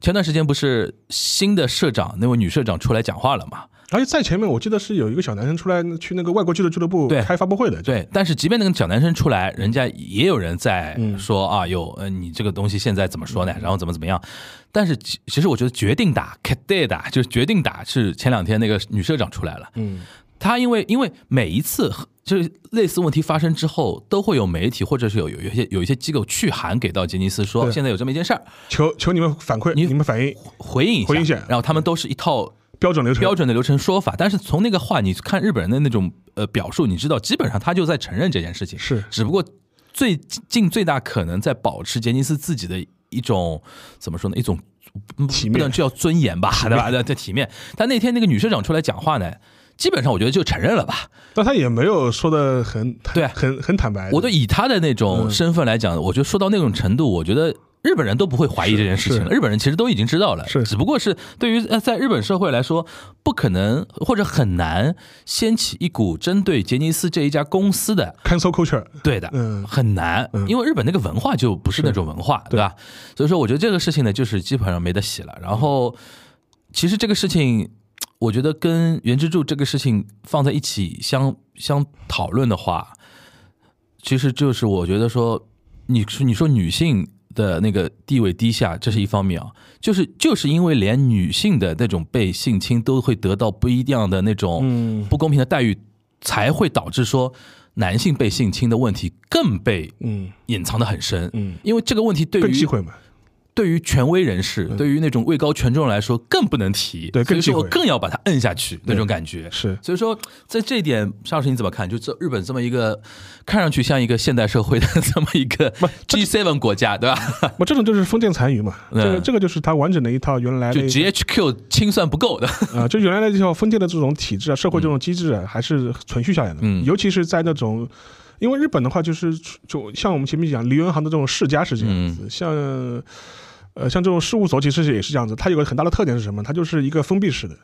E: 前段时间不是新的社长那位女社长出来讲话了嘛？
D: 而且在前面我记得是有一个小男生出来去那个外国俱乐俱乐部
E: 对
D: 开发布会的，
E: 对，但是即便那个小男生出来，人家也有人在
D: 嗯
E: 说啊，有呃，你这个东西现在怎么说呢？然后怎么怎么样？但是其其实我觉得决定打 k a 打就是决定打是前两天那个女社长出来了，
D: 嗯，
E: 她因为因为每一次就是类似问题发生之后，都会有媒体或者是有有一些有一些机构去函给到杰尼斯说，
D: 对
E: 现在有这么一件事儿，
D: 求求你们反馈，
E: 你
D: 你们反映
E: 回应一下，
D: 回应一下
E: 然后他们都是一套
D: 标准流程，
E: 标准的流程说法，但是从那个话，你看日本人的那种呃表述，你知道，基本上他就在承认这件事情，
D: 是
E: 只不过最尽最大可能在保持杰尼斯自己的一种怎么说呢，一种不
D: 体
E: 不
D: 面
E: 能叫尊严吧，对吧？对，对体面。但那天那个女社长出来讲话呢，基本上我觉得就承认了吧。
D: 但他也没有说的很坦
E: 对
D: 很很坦白的，
E: 我都以她的那
D: 嗯
E: 种身份来讲，我觉得说到那种程度，我觉得。日本人都不会怀疑这件事情了，
D: 是
E: 日本人其实都已经知道了，
D: 是
E: 只不过是对于呃在日本社会来说，不可能或者很难掀起一股针对杰尼斯这一家公司的
D: cancel culture，
E: 对的，
D: 嗯
E: 很难，因为日本那个文化就不是那种文化，对吧？所以说，我觉得这个事情呢，就是基本上没得洗了。然后，其实这个事情，我觉得跟原之助这个事情放在一起相相讨论的话，其实就是我觉得说，你说你说女性的那个地位低下，这是一方面啊，就是就是因为连女性的那种被性侵都会得到不一样的那
D: 嗯
E: 种不公平的待遇，才会导致说男性被性侵的问题更被
D: 嗯，
E: 隐藏的很深。
D: 嗯，
E: 因为这个问题对
D: 更
E: 于
D: 忌讳嘛，
E: 对于权威人士，对于那种位高权重来说，更不能提，
D: 对
E: 所以
D: 更忌
E: 说
D: 讳
E: 我更要把它摁下去那种感觉。
D: 是
E: 所以说在这一点，上师你怎么看？就这日本这么一个看上去像一个现代社会的这么一个 G7 国家，对吧？
D: 我这种就是封建残余嘛，
E: 嗯
D: 这个这个就是他完整的一套原来
E: 就
D: 的
E: GHQ 清算不够的，
D: 啊，就原来的这套封建的这种体制啊，社会这种机制啊，还是存续下来的。
E: 嗯
D: 尤其是在那种因为日本的话，就是就像我们前面讲，梨园行的这种世家是这样
E: 嗯
D: 子，像呃像这种事务所其实也是这样子。它有个很大的特点是什么？它就是一个封闭式的，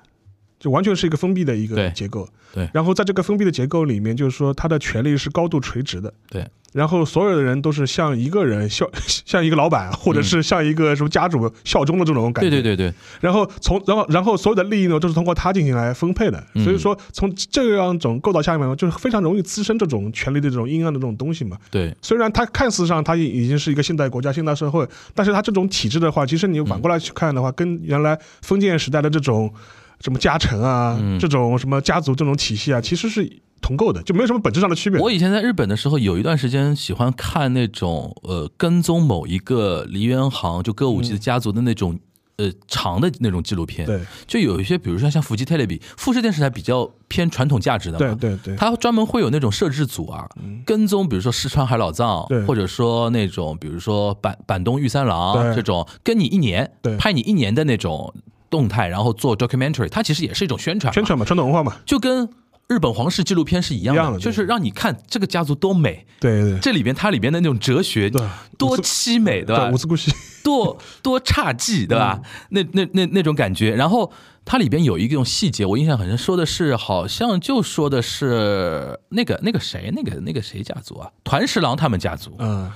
D: 就完全是一个封闭的一个
E: 对
D: 结构。
E: 对
D: 然后在这个封闭的结构里面，就是说它的权力是高度垂直的。
E: 对。
D: 然后所有的人都是像一个人效 像一个老板，或者是像一个什么家主效忠的这种感觉。
E: 嗯对对对对，
D: 然后从然后然后所有的利益呢，都是通过他进行来分配的。
E: 嗯
D: 所以说，从这样一种构造下面，就是非常容易滋生这种权力的这种阴暗的这种东西嘛。
E: 对，
D: 虽然它看似上它已已经是一个现代国家、现代社会，但是它这种体制的话，其实你反过来去看的话，跟原来封建时代的这种什么家臣啊、
E: 嗯
D: 这种什么家族这种体系啊，其实是同构的，就没有什么本质上的区别。
E: 我以前在日本的时候，有一段时间喜欢看那种呃跟踪某一个梨园行就歌舞伎的家族的那种、呃长的那种纪录
D: 嗯
E: 片。
D: 对
E: 就有一些，比如说像福基 Telebi 富士电视台比较偏传统价值的嘛，
D: 对对对，
E: 他专门会有那种摄制组啊，跟踪，比如说石川海老藏
D: 对，
E: 或者说那种，比如说板板东玉三郎
D: 对
E: 这种，跟你一年
D: 对，
E: 拍你一年的那种动态，然后做 documentary，它其实也是一种宣传嘛，
D: 宣传嘛，传统文化嘛，
E: 就跟日本皇室纪录片是一样
D: 一样
E: 的，
D: 的对
E: 就是让你看这个家族多美，
D: 对对
E: 这里边它里边的那种哲学
D: 对
E: 多
D: 五四
E: 凄美，对吧？
D: 对，五字嗯顾惜，
E: 多多差劲，对吧？那那那那种感觉。然后它里边有一种细节，我印象很深，说的是好像就说的是那个那个谁，那个那个谁家族啊，团十郎他们家族，
D: 嗯，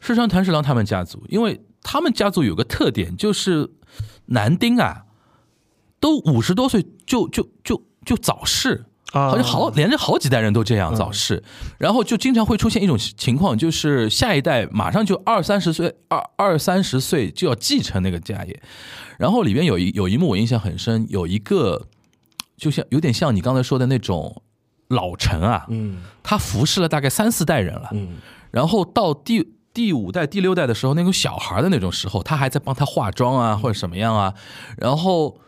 E: 世川团十郎他们家族，因为他们家族有个特点，就是男丁啊，都五十多岁就就就就早逝。
D: 啊
E: 好像好连着好几代人都这样
D: 嗯
E: 早逝，然后就经常会出现一种情况，就是下一代马上就二三十岁，二二三十岁就要继承那个家业。然后里边有一有一幕我印象很深，有一个就像有点像你刚才说的那种老臣啊，
D: 嗯
E: 他服侍了大概三四代人了，
D: 嗯，
E: 然后到第第五代、第六代的时候，那种小孩的那种时候，他还在帮他化妆啊，或者什么样啊，然后。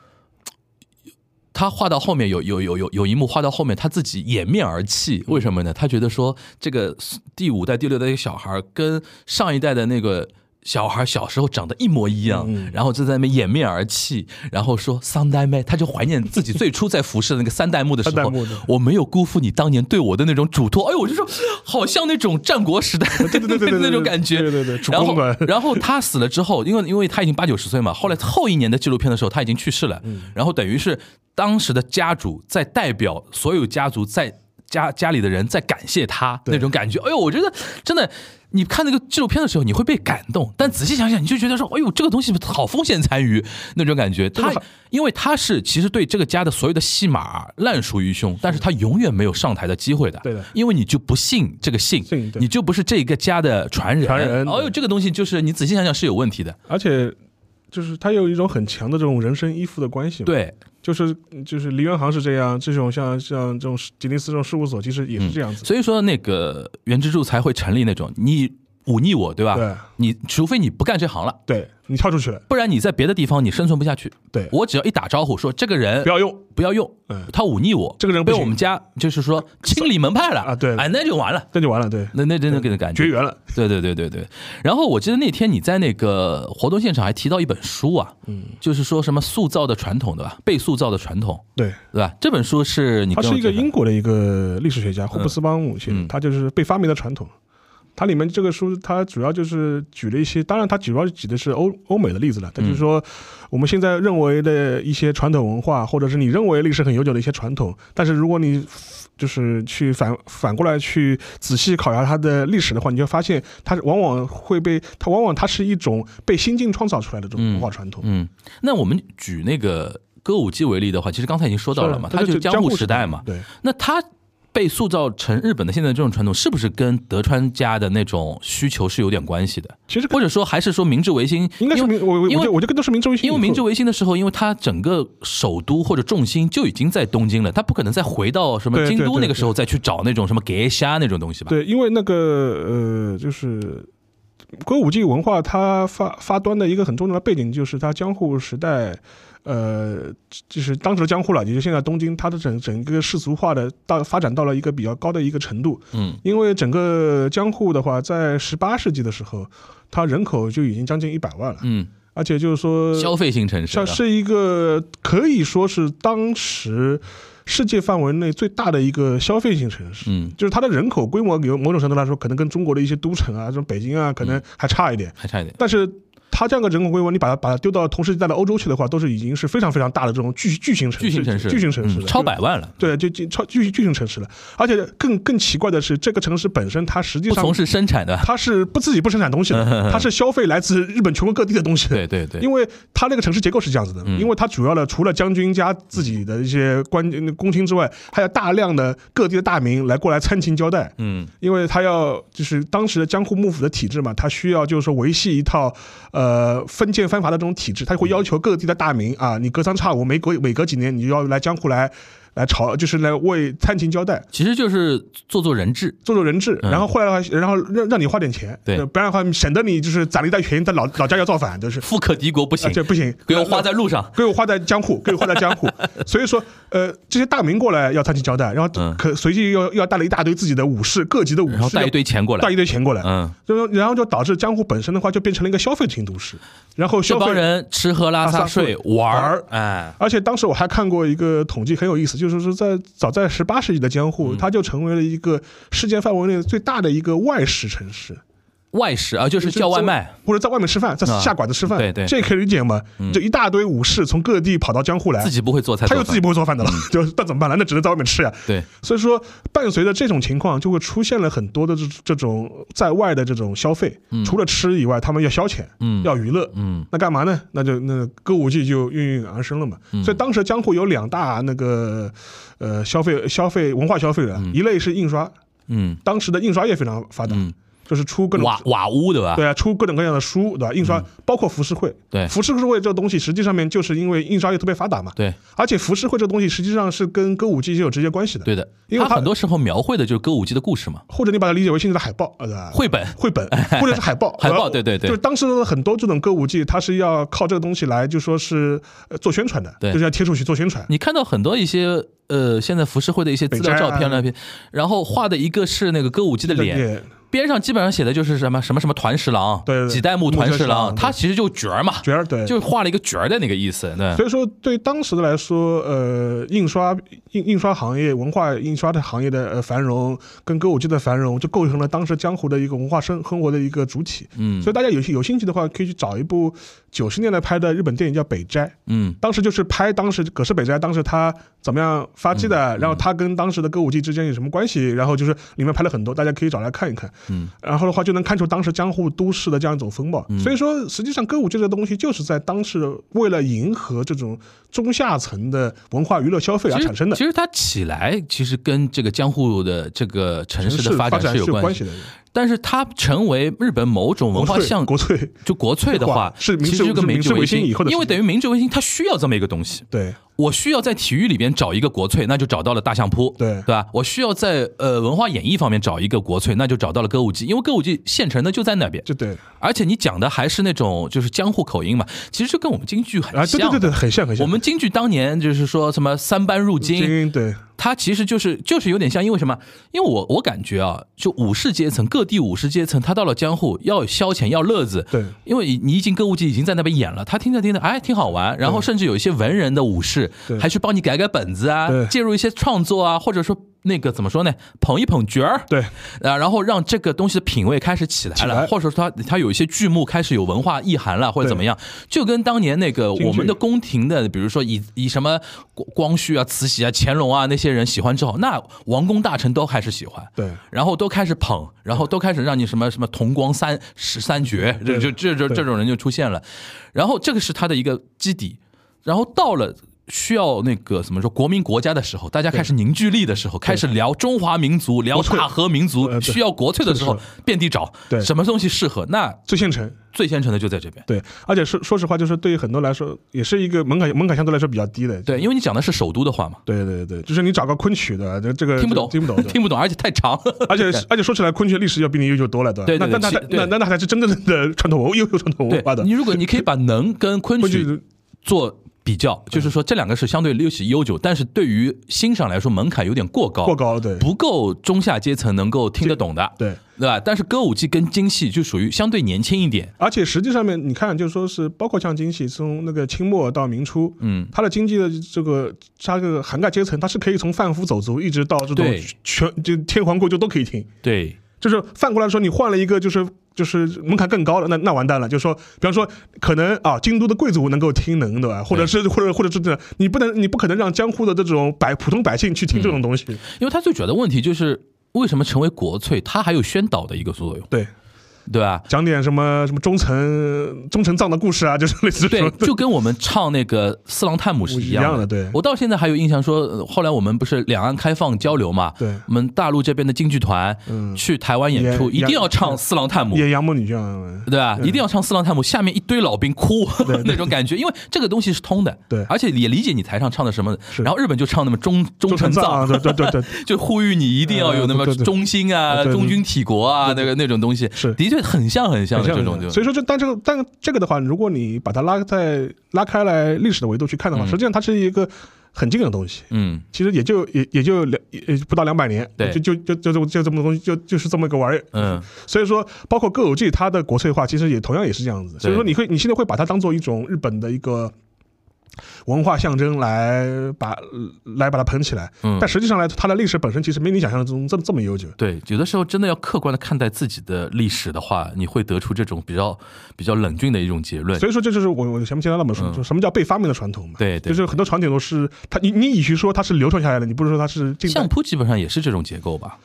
E: 他画到后面有有有有有一幕画到后面，他自己掩面而泣，
D: 嗯
E: 为什么呢？他觉得说这个第五代、第六代的小孩跟上一代的那个小孩小时候长得一模一样，
D: 嗯
E: 然后就在那边掩面而泣，然后说三代妹，他就怀念自己最初在服侍的那个三代目的时
D: 三代
E: 候
D: 目的，
E: 我没有辜负你当年对我的那种嘱托。哎呦，我就说，好像那种战国时代
D: 对对对对对对
E: 那种感觉，
D: 对对对主
E: 然
D: 公
E: 后
D: 们
E: 然后他死了之后，因为因为他已经八九十岁嘛，后来后一年的纪录片的时候他已经去世了，
D: 嗯
E: 然后等于是当时的家主在代表所有家族在家家里的人在感谢他那种感觉。哎呦，我觉得真的。你看那个纪录片的时候，你会被感动，但仔细想想，你就觉得说，哎呦，这个东西好风险残余那种感 觉。他
D: 好
E: 因为他是其实对这个家的所有的戏码烂熟于胸，但是他永远没有上台的机会的。
D: 对的
E: 因为你就不信这个信
D: 信，对
E: 你就不是这一个家的传人。
D: 传人
E: 哦
D: 对
E: 呦，这个东西就是你仔细想想是有问题的。
D: 而且就是它有一种很强的这种人身依附的关系嘛。
E: 对，
D: 就是就是梨园行是这样，这种像像这种吉尼斯这种事务所，其实也是这样子。
E: 嗯所以说那个原之助才会成立那种你忤逆我，对吧？
D: 对
E: 你除非你不干这行了，
D: 对你跳出去了，
E: 不然你在别的地方你生存不下去。
D: 对
E: 我只要一打招呼说这个人
D: 不要用
E: 不要用
D: 嗯，
E: 他忤逆我，
D: 这个人不
E: 被
D: 行
E: 我们家就是说清理门派了
D: 啊对
E: 哎，那就完了。
D: 那就完了，对，
E: 那那真的给人感觉
D: 绝缘了。
E: 对对对对对。然后我记得那天你在那个活动现场还提到一本书啊，嗯，就是说什么塑造的传统，对吧？被塑造的传统，
D: 对，
E: 对吧？这本书是你
D: 他
E: 跟我
D: 是一个
E: 介绍
D: 英国的一个历史学家霍布斯邦姆写
E: 嗯
D: 的，他就是被发明的传统。它里面这个书，它主要就是举了一些，当然它主要举的是欧欧美的例子
E: 嗯
D: 了。它就是说，我们现在认为的一些传统文化，或者是你认为历史很悠久的一些传统，但是如果你就是去反反过来去仔细考察它的历史的话，你就发现它往往会被它往往它是一种被新近创造出来的这种文化传统。
E: 嗯，那我们举那个歌舞伎为例的话，其实刚才已经说到了嘛，
D: 是
E: 它就是江户时
D: 时
E: 代嘛。
D: 对，
E: 那它被塑造成日本的现在这种传统，是不是跟德川家的那种需求是有点关系的？
D: 其实
E: 或者说还是说明治维新？
D: 应该是
E: 因为
D: 明我我
E: 因
D: 我
E: 为
D: 就我就跟都是明治维新以
E: 因
D: 后，
E: 为明治维新的时候，因为它整个首都或者重心就已经在东京了，它不可能再回到什么
D: 对
E: 京
D: 对
E: 都
D: 对
E: 那个时候再去找那种什么给虾那种东西吧。
D: 对，因为那个呃，就是歌舞伎文化它发发端的一个很重要的背景，就是它江户时代，呃，就是当时的江户了，也就是现在东京，它的整整个世俗化的到发展到了一个比较高的一个程度。
E: 嗯，
D: 因为整个江户的话，在十八世纪的时候，它人口就已经将近一百万了，
E: 嗯，
D: 而且就是说，
E: 消费型城市
D: 呃像
E: 啊的，
D: 是一个可以说是当时世界范围内最大的一个消费性城市。
E: 嗯，
D: 就是它的人口规模有某种程度来说，可能跟中国的一些都城
E: 嗯
D: 啊，这种北京啊，可能还差一点。
E: 还差一点。
D: 但是它这样个人口规模，你把它把它丢到同时代的欧洲去的话，都是已经是非常非常大的这种巨巨型城市、
E: 巨型城市，
D: 巨型城市
E: 嗯
D: 了，
E: 超百万了，
D: 对，就就超巨巨型城市了。而且更更奇怪的是，这个城市本身它实际
E: 不
D: 上
E: 从事生产的。
D: 它是不自己不生产东西 的，它是消费来自日本全国各地的东西的。
E: 对对对，
D: 因为它那个城市结构是这样子的，
E: 嗯
D: 因为它主要的除了将军家自己的一些官公卿之外，还有大量的各地的大名来过来参勤交代。
E: 嗯
D: 因为他要就是当时的江户幕府的体制嘛，他需要就是说维系一套呃封建藩阀的这种体制，他会要求各地的大名啊，你隔三差五每隔每隔几年你就要来江户来来朝，就是来为参勤交代。
E: 其实就是做做人质，
D: 做做人质，
E: 嗯
D: 然后后来的话，然后让让你花点钱，呃
E: 对
D: 不然的话省得你就是攒了一袋钱在老老家要造反，就是
E: 富可敌国不
D: 啊
E: 行，
D: 这不行，
E: 给我花在路上。
D: 给我花在江 户，给我花在江户。所以说，呃，这些大名过来要参勤交代，然后
E: 嗯
D: 可随即又又要带了一大堆自己的武士，各级的武
E: 然后
D: 士要，
E: 带一堆钱过
D: 带
E: 来，
D: 一堆钱过来，
E: 嗯，
D: 就说然后就导致江户本身的话就变成了一个消费型都市，然后
E: 这
D: 消
E: 帮
D: 费。
E: 人吃喝拉撒睡
D: 拉撒睡
E: 玩
D: 玩
E: 儿
D: 儿，
E: 哎，
D: 而且当时我还看过一个统计，很有意思，就是说在早在十八世纪的江户，
E: 嗯
D: 它就成为了一个世界范围内最大的一个外食城市。
E: 外食啊，就是
D: 就是
E: 叫外
D: 在
E: 卖，
D: 或者在外面吃饭，在
E: 啊
D: 下馆子吃饭，
E: 对嗯对
D: 这也可以理解嘛。就一大堆武士从各地跑到江户来，
E: 自己不会做菜，
D: 哎他又自己不会做饭的
E: 嗯
D: 了， 就那怎么办呢？那只能在外面吃呀。
E: 对，
D: 所以说，伴随着这种情况，就会出现了很多的这这种在外的这种消费。除了吃以外，他们要消遣，
E: 嗯
D: 要娱乐，
E: 嗯
D: 那干嘛呢？那就那歌舞伎就应运而生了嘛。
E: 嗯
D: 所以当时江户有两大那个呃消费消费文化消费人，啊一类是印刷，
E: 嗯
D: 当时的印刷业非常发达，
E: 嗯，
D: 就是出各种
E: 瓦瓦屋对吧？
D: 对啊，出各种各样的书，对吧？印刷、包括浮世绘，
E: 嗯对
D: 浮世绘这个东西，实际上面就是因为印刷业特别发达嘛，
E: 对
D: 而且浮世绘这个东西实际上是跟歌舞伎是有直接关系的，
E: 对，的，
D: 因为
E: 他
D: 他
E: 很多时候描绘的就是歌舞伎的故事嘛，
D: 或者你把它理解为现在的海报，呃，对吧
E: 绘本，
D: 绘本或者是海报，
E: 海报
D: 然后
E: 对对对
D: 就是当时的很多这种歌舞伎，它是要靠这个东西来就说是呃做宣传的，
E: 对
D: 就是要贴出去做宣传，
E: 你看到很多一些呃，现在浮世绘的一些资料
D: 北斋
E: 照
D: 啊
E: 片那片，然后画的一个是那个歌舞伎的脸，
D: 也
E: 边上基本上写的就是什么什么什么团十郎，
D: 对对对
E: 几代目团
D: 木村
E: 十郎，
D: 十郎
E: 他其实就角儿嘛，
D: 角儿对，
E: 就画了一个角儿的那个意思，对
D: 所以说，对当时的来说，呃，印刷印印刷行业、文化印刷的行业的呃繁荣，跟歌舞伎的繁荣，就构成了当时江湖的一个文化生生活的一个主体。
E: 嗯
D: 所以大家有有兴趣的话，可以去找一部九十年代拍的日本电影叫《北斋》，
E: 嗯
D: 当时就是拍当时葛饰北斋当时他怎么样发迹
E: 嗯
D: 的，然后他跟当时的歌舞伎之间有什么关系，然后就是里面拍了很多，大家可以找来看一看。
E: 嗯，
D: 然后的话就能看出当时江户都市的这样一种风貌。所以说，实际上歌舞伎这个东西就是在当时为了迎合这种中下层的文化娱乐消费而
E: 其实
D: 产生的
E: 其。实它起来其实跟这个江户的这个城市的
D: 发
E: 发展
D: 展
E: 是有
D: 有
E: 关系
D: 系
E: 的，
D: 的，
E: 但是它成为日本某种文化
D: 国粹
E: 象
D: 国粹
E: 就国粹的话，
D: 是明
E: 其
D: 治
E: 实就跟
D: 是
E: 明
D: 明
E: 治
D: 治维
E: 新
D: 新以后的事情
E: 因为等于明治维新它需要这么一个东西。
D: 对
E: 我需要在体育里边找一个国粹，那就找到了大相扑，
D: 对
E: 对吧？我需要在呃文化演绎方面找一个国粹，那就找到了歌舞伎，因为歌舞伎现成的就在那边，
D: 就对
E: 而且你讲的还是那种就是江户口音嘛，其实就跟我们京剧很
D: 啊，对
E: 像的。
D: 对对对，很像很像。
E: 我们京剧当年就是说什么三班入京，
D: 精英对
E: 它其实就是就是有点像，因为什么？因为我我感觉啊，就武士阶层，各地武士阶层，他到了江户要有消遣，要乐子。
D: 对
E: 因为你已经歌舞伎已经在那边演了，他听着听着，哎，挺好玩。然后甚至有一些文人的武士
D: 对
E: 还去帮你改改本子啊
D: 对，
E: 介入一些创作啊，或者说那个怎么说呢，捧一捧角儿。
D: 对
E: 啊，然后让这个东西的品味开始起来
D: 起
E: 了，
D: 来
E: 或者说它它有一些剧目开始有文化意涵了，或者怎么样，就跟当年那个
D: 京剧
E: 我们的宫廷的，比如说以以什么光光绪啊、慈禧啊、乾隆啊那些人喜欢之后，那王公大臣都开始喜欢。
D: 对。
E: 然后都开始捧，然后都开始让你什么什么同光三十三绝，这
D: 对
E: 就这这
D: 对
E: 这种人就出现了。然后这个是他的一个基底，然后到了。需要那个怎么说国民国家的时候，大家开始凝聚力的时候，开始聊中华民族，聊
D: 国粹
E: 大和民族，
D: 呃对
E: 需要国粹的时候
D: 是，
E: 遍地找
D: 对
E: 什么东西适合。那
D: 最现成，
E: 最先成的就在这边，
D: 对，而且说说实话，就是对于很多来说，也是一个门槛门槛相对来说比较低的。
E: 对，因为你讲的是首都的话嘛，
D: 对对对，就是你找个昆曲的，这这个
E: 听不懂，
D: 呃听 不懂，对
E: 听不懂，而且太长。
D: 而且而且说起来，昆曲历史要比你悠久多了，对吧？
E: 对对
D: 那
E: 对
D: 那
E: 其
D: 那那那 那才是真正的传统文悠久传统
E: 对
D: 文化的，
E: 你如果你可以把能跟昆
D: 昆
E: 曲
D: 曲
E: 做比较，就是说这两个是相对历史悠久，但是对于欣赏来说门槛有点过高，
D: 过高了，对
E: 不够中下阶层能够听得懂的，
D: 对。
E: 对吧？但是歌舞伎跟京戏就属于相对年轻一点，
D: 而且实际上面，你看，就说是包括像京戏，从那个清末到明初，
E: 嗯，
D: 它的经济的这个它这个涵盖阶层，它是可以从贩夫走卒一直到这种
E: 对
D: 全就天皇贵族都可以听。
E: 对
D: 就是反过来说，你换了一个就是就是门槛更高的，那那完蛋了。就是说，比方说，可能啊，京都的贵族能够听能，对吧？或者是或者或者是这样，你不能你不可能让江户的这种百普通百姓去听这
E: 嗯
D: 种东西。
E: 因为它最主要的问题就是为什么成为国粹，它还有宣导的一个作用，
D: 对，
E: 对吧？
D: 讲点什么什么忠臣忠臣藏的故事啊，就是类似这
E: 对
D: 种，。
E: 就跟我们唱那个四郎探母是一样
D: 一样的对
E: 我到现在还有印象说，呃后来我们不是两岸开放交流嘛，
D: 对
E: 我们大陆这边的京剧团
D: 嗯
E: 去台湾演出，
D: 也
E: 一定要唱四郎探母。
D: 演杨母女将啊，
E: 对吧？一定要唱四郎探母，下面一堆老兵哭 那种感觉，因为这个东西是通的，
D: 对
E: 而且也理解你台上唱的什么。
D: 是
E: 然后日本就唱那么忠忠
D: 臣
E: 臣
D: 藏啊，
E: 藏，
D: 对对对对，
E: 就呼吁你一定要有那么
D: 呃对对对
E: 忠心啊、
D: 对对对
E: 忠君体国啊，
D: 对
E: 那个那种东西，
D: 是
E: 的确很像很像
D: 很像
E: 的 这
D: 很
E: 种
D: 像
E: 就。
D: 所以说这但这个但这个的话，如果你把它拉在拉开来历史的维度去看的话，实际上它是一个很近的东西。
E: 嗯，
D: 其实也就也也就两也也不到两百年，
E: 对
D: 就就就就就就这么东西，就就是这么个玩意儿。
E: 嗯，
D: 所以说，包括歌舞伎，它的国粹化其实也同样也是这样子。所以说，你会你现在会把它当做一种日本的一个文化象征来把来把它捧起来，
E: 嗯
D: 但实际上来，它的历史本身其实没你想象中这么这么悠久。
E: 对，有的时候真的要客观的看待自己的历史的话，你会得出这种比较比较冷峻的一种结论。
D: 所以说，这就是我我前面提到那本书，
E: 嗯
D: 就什么叫被发明的传统嘛？
E: 对对
D: 就是很多传统都是它，你你与其说它是流传下来的，你不如说它是近代
E: 相扑基本上也是这种结构吧？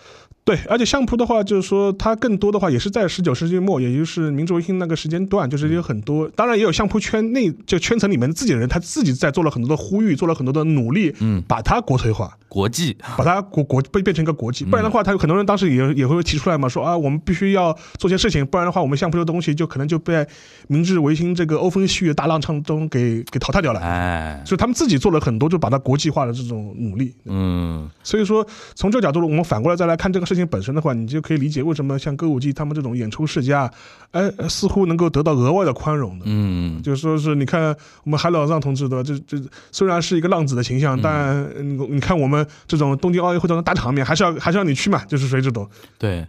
D: 对，而且相扑的话，就是说它更多的话也是在十九世纪末，也就是明治维新那个时间段，就是有很多，当然也有相扑圈内就圈层里面自己的人，他自己在做了很多的呼吁，做了很多的努力，
E: 嗯，
D: 把它国粹化，
E: 国际
D: 把它国国变变成一个国际，不然的话，他有很多人当时也也会提出来嘛，说啊，我们必须要做些事情，不然的话，我们相扑这东西就可能就被明治维新这个欧风细雨大浪潮中给给淘汰掉了。
E: 哎，
D: 所以他们自己做了很多，就把它国际化的这种努力。
E: 嗯，
D: 所以说，从这个角度，我们反过来再来看这个事情本身的话，你就可以理解为什么像歌舞伎他们这种演出世家，哎，呃似乎能够得到额外的宽容的。
E: 嗯，
D: 就是说是，你看我们韩老藏同志对吧？这这虽然是一个浪子的形
E: 嗯
D: 象，但你你看我们这种东京奥运会这种大场面，还是要还是要你去嘛，就是属于这种，
E: 对，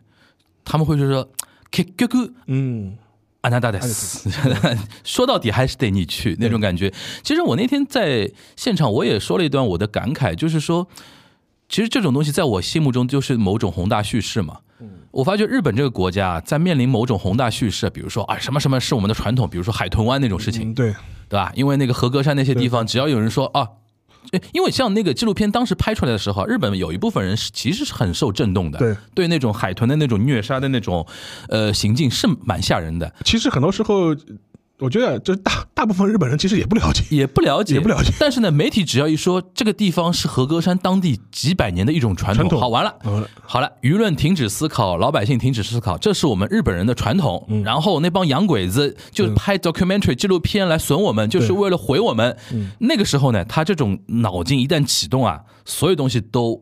E: 他们会就说 k q q
D: 嗯，
E: 安娜大德斯， 说到底还是得你去那种感觉。其实我那天在现场，我也说了一段我的感慨，就是说，其实这种东西在我心目中就是某种宏大叙事嘛。
D: 嗯
E: 我发觉日本这个国家啊在面临某种宏大叙事，比如说啊什么什么是我们的传统，比如说海豚湾那种事情，
D: 嗯对，
E: 对吧？因为那个和歌山那些地方，只要有人说啊，诶因为像那个纪录片当时拍出来的时候，日本有一部分人是其实是很受震动的，
D: 对，
E: 对那种海豚的那种虐杀的那种呃行径是蛮吓人的，
D: 其实很多时候，我觉得就是大大部分日本人其实也不了解，
E: 也不了解，
D: 也不了解。
E: 但是呢，媒体只要一说这个地方是和歌山当地几百年的一种传统，
D: 传统
E: 好完了，
D: 嗯，
E: 好了，舆论停止思考，老百姓停止思考，这是我们日本人的传统。然后那帮洋鬼子就拍 documentary 纪录片来损我们，就是为了毁我们。那个时候呢，他这种脑筋一旦启动啊，所有东西都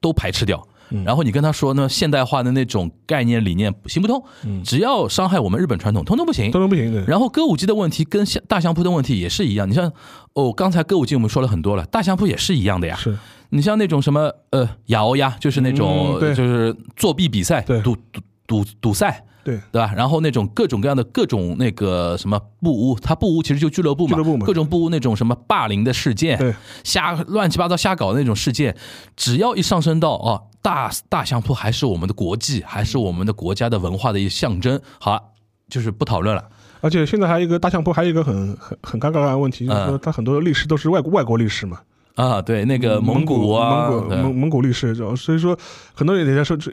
E: 都排斥掉。然后你跟他说呢，现代化的那种概念理念行不通，只要伤害我们日本传统，嗯通通不行
D: 当。然不行的。
E: 然后歌舞伎的问题跟相大相扑的问题也是一样，你像哦，刚才歌舞伎我们说了很多了，大相扑也是一样的呀。
D: 是，
E: 你像那种什么呃亚欧呀，就是那种、
D: 嗯对
E: 就是作弊比赛、
D: 对
E: 赌赌赌赌赛，
D: 对，
E: 对吧？然后那种各种各样的各种那个什么布屋，它布屋其实就俱乐部嘛，
D: 俱乐部嘛
E: 各种布屋那种什么霸凌的事件，
D: 对，
E: 瞎乱七八糟瞎搞的那种事件，只要一上升到哦大大相扑还是我们的国际，还是我们的国家的文化的一个象征，好啊，就是不讨论了。
D: 而且现在还有一个大相扑，还有一个很很很尴尬的问题，就是说
E: 嗯
D: 它很多历史都是外国外国历史嘛。
E: 啊，对，那个蒙古啊，
D: 蒙古
E: 对
D: 蒙蒙古律师，就所以说很多人也在说，这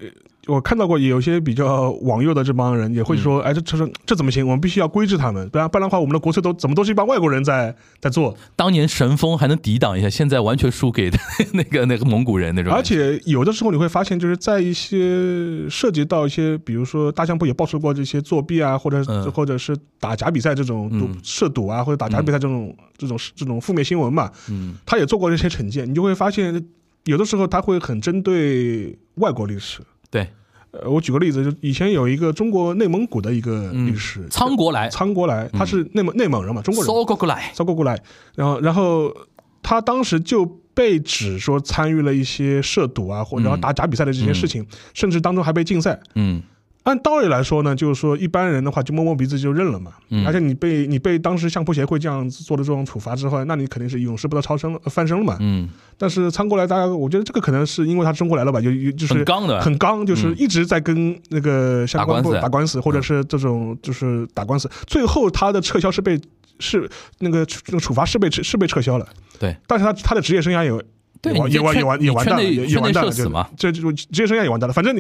D: 我看到过有些比较网右的这帮人也会
E: 嗯
D: 说，哎，这这说这怎么行？我们必须要规制他们，不然不然的话，我们的国粹都怎么都是一帮外国人在在做，
E: 当年神风还能抵挡一下，现在完全输给 那个那个蒙古人那种感觉。
D: 而且有的时候你会发现，就是在一些涉及到一些，比如说大相扑也爆出过这些作弊啊，或者、
E: 嗯
D: 或者是打假比赛这种赌、
E: 嗯
D: 涉赌啊，或者打假比赛这种、这种这种负面新闻嘛，
E: 嗯，
D: 他也做过这些惩戒，你就会发现有的时候他会很针对外国历史。
E: 对，
D: 呃，我举个例子，就以前有一个中国内蒙古的一个
E: 嗯
D: 律师，
E: 苍国来，
D: 苍国来，他是内蒙、内蒙人嘛，中国人，
E: 骚过过来，
D: 骚过过来，然后然后他当时就被指说参与了一些涉赌啊，或者然后打假比赛的这些事情，甚至当中还被禁赛。
E: 嗯
D: 按道理来说呢，就是说一般人的话就摸摸鼻子就认了嘛，
E: 嗯
D: 而且你被你被当时相扑协会这样子做的这种处罚之后，那你肯定是永世不得超生了呃翻身了嘛。
E: 嗯，
D: 但是参过来，大家我觉得这个可能是因为他中国来了吧，有有就是
E: 很刚的，
D: 很刚，就是
E: 嗯
D: 一直在跟那个相关部
E: 打官司嗯
D: 打官司，或者是这种就是打官司。最后他的撤销是被是那个处那个处罚是被是被撤销了。
E: 对，
D: 但是他他的职业生涯也
E: 对，
D: 也完
E: 你
D: 也完
E: 圈
D: 也完也完
E: 你
D: 蛋了，
E: 圈
D: 也
E: 内
D: 也
E: 圈内
D: 完蛋
E: 社
D: 了，
E: 死
D: 就
E: 嘛，
D: 这这职业生涯也完蛋了。反正你，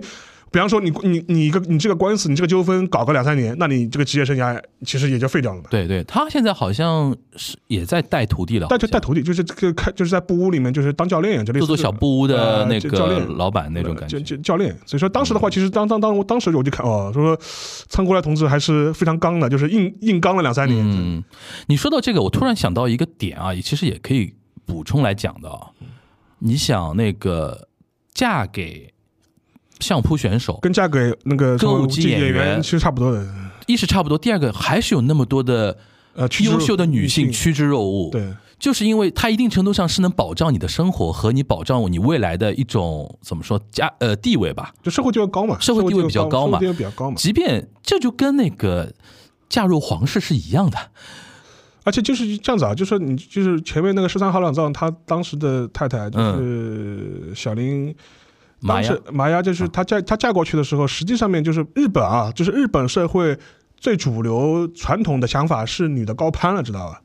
D: 比方说你你你一个你这个官司，你这个纠纷搞个两三年，那你这个职业生涯其实也就废掉了嘛。
E: 对对，他现在好像是也在带徒弟了，
D: 但就带
E: 好像
D: 徒弟，就是这个开就是在布屋里面就是当教练，就类似
E: 哦做做
D: 这
E: 小
D: 种
E: 布屋的
D: 呃
E: 那
D: 就教
E: 个
D: 练呃
E: 老板那种感觉嗯
D: 就，就教练。所以说当时的话，其实当当当我当时我就看哦，说参国来同志还是非常刚的，就是硬硬刚了两三年。
E: 嗯，你说到这个，我突然想到一个点啊，也其实也可以补充来讲的啊。你想那个嫁给相扑选手，
D: 跟嫁给那个
E: 歌舞
D: 什么
E: 伎
D: 伎
E: 演
D: 演
E: 员
D: 其实差不多的，
E: 一是差不多，第二个还是有那么多的
D: 呃，趋之
E: 优秀的女性
D: 性
E: 趋之若鹜，，
D: 对，
E: 就是因为它一定程度上是能保障你的生活和你保障你未来的一种怎么说家呃地位吧。
D: 就社会地位高嘛，
E: 社会地位比较
D: 高
E: 高嘛
D: 社会地位比较高嘛。
E: 即便这就跟那个嫁入皇室是一样的，
D: 而且就是这样子啊，就是你就是前面那个十三号朗藏，他当时的太太
E: 嗯
D: 就是小林，
E: 妈
D: 当
E: 呀
D: 时，玛雅
E: 啊
D: 就是她嫁她嫁过去的时候，实际上面就是日本啊，就是日本社会最主流传统的想法是女的高攀了，知道吧？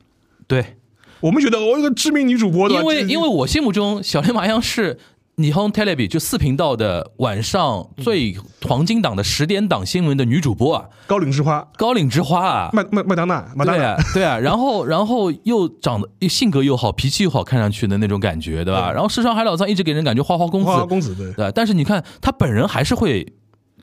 E: 对，
D: 我们觉得哦我有个知名女主播的，
E: 因为
D: 这
E: 因为我心目中小林麻央是。你 home television 就四频道的晚上最黄金档的十点档新闻的女主播啊，
D: 高岭之花
E: 高岭之花啊，
D: 麦麦麦当娜麦当
E: 对
D: 娜，
E: 啊，对 啊，然后然后又长得又性格又好，脾气又好，看上去的那种感觉，对吧？然后世上海老藏一直给人感觉花花公
D: 花花
E: 子，
D: 公子对。
E: 对吧，但是你看他本人还是会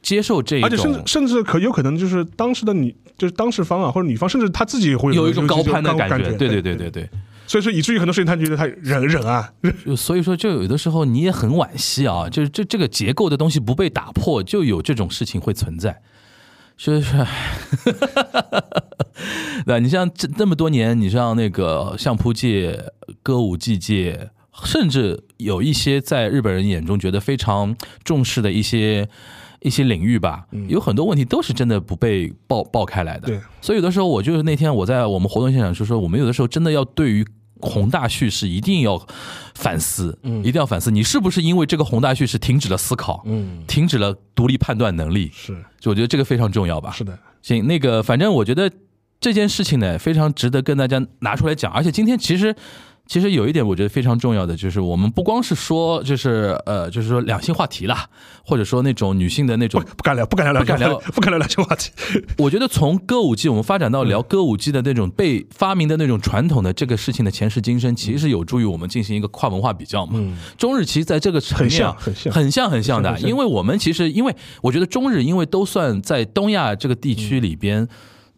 E: 接受这一
D: 而且甚至
E: 种，
D: 甚至可有可能就是当时的女，就是当事方啊，或者女方，甚至她自己也会
E: 有一
D: 这
E: 种
D: 种
E: 高攀的
D: 感
E: 感觉，对对
D: 对
E: 对对对。
D: 所以说以至于很多事情她觉得她忍忍啊，忍
E: 就所以说，就有的时候你也很惋惜啊，就是这这个结构的东西不被打破，就有这种事情会存在。就是， 对吧，啊你像这那么多年，你像那个相扑界、歌舞伎界，甚至有一些在日本人眼中觉得非常重视的一些一些领域吧，有很多问题都是真的不被爆爆开来
D: 嗯
E: 的。
D: 对，
E: 所以有的时候我就是那天我在我们活动现场就说，我们有的时候真的要对于宏大叙事一定要反思，嗯，一定要反思，你是不是因为这个宏大叙事停止了思考，
D: 嗯，
E: 停止了独立判断能力？
D: 是
E: 就我觉得这个非常重要吧。
D: 是的，
E: 行，那个反正我觉得这件事情呢，非常值得跟大家拿出来讲。而且今天其实其实有一点我觉得非常重要的，就是我们不光是说就是呃就是说两性话题啦，或者说那种女性的那
D: 不
E: 种，
D: 不敢聊，不敢聊两
E: 不敢
D: 性
E: 聊
D: 不敢聊两性话题，
E: 我觉得从歌舞伎我们发
D: 嗯
E: 展到聊歌舞伎的那种被发明的那种传统的这个事情的前世今生，其实有助于我们进行一个跨文化比较嘛。中日其实在这个层面啊
D: 嗯很像很像
E: 很像很像的，
D: 很像
E: 因为我们其实因为我觉得中日因为都算在东亚这个地
D: 嗯
E: 区里边。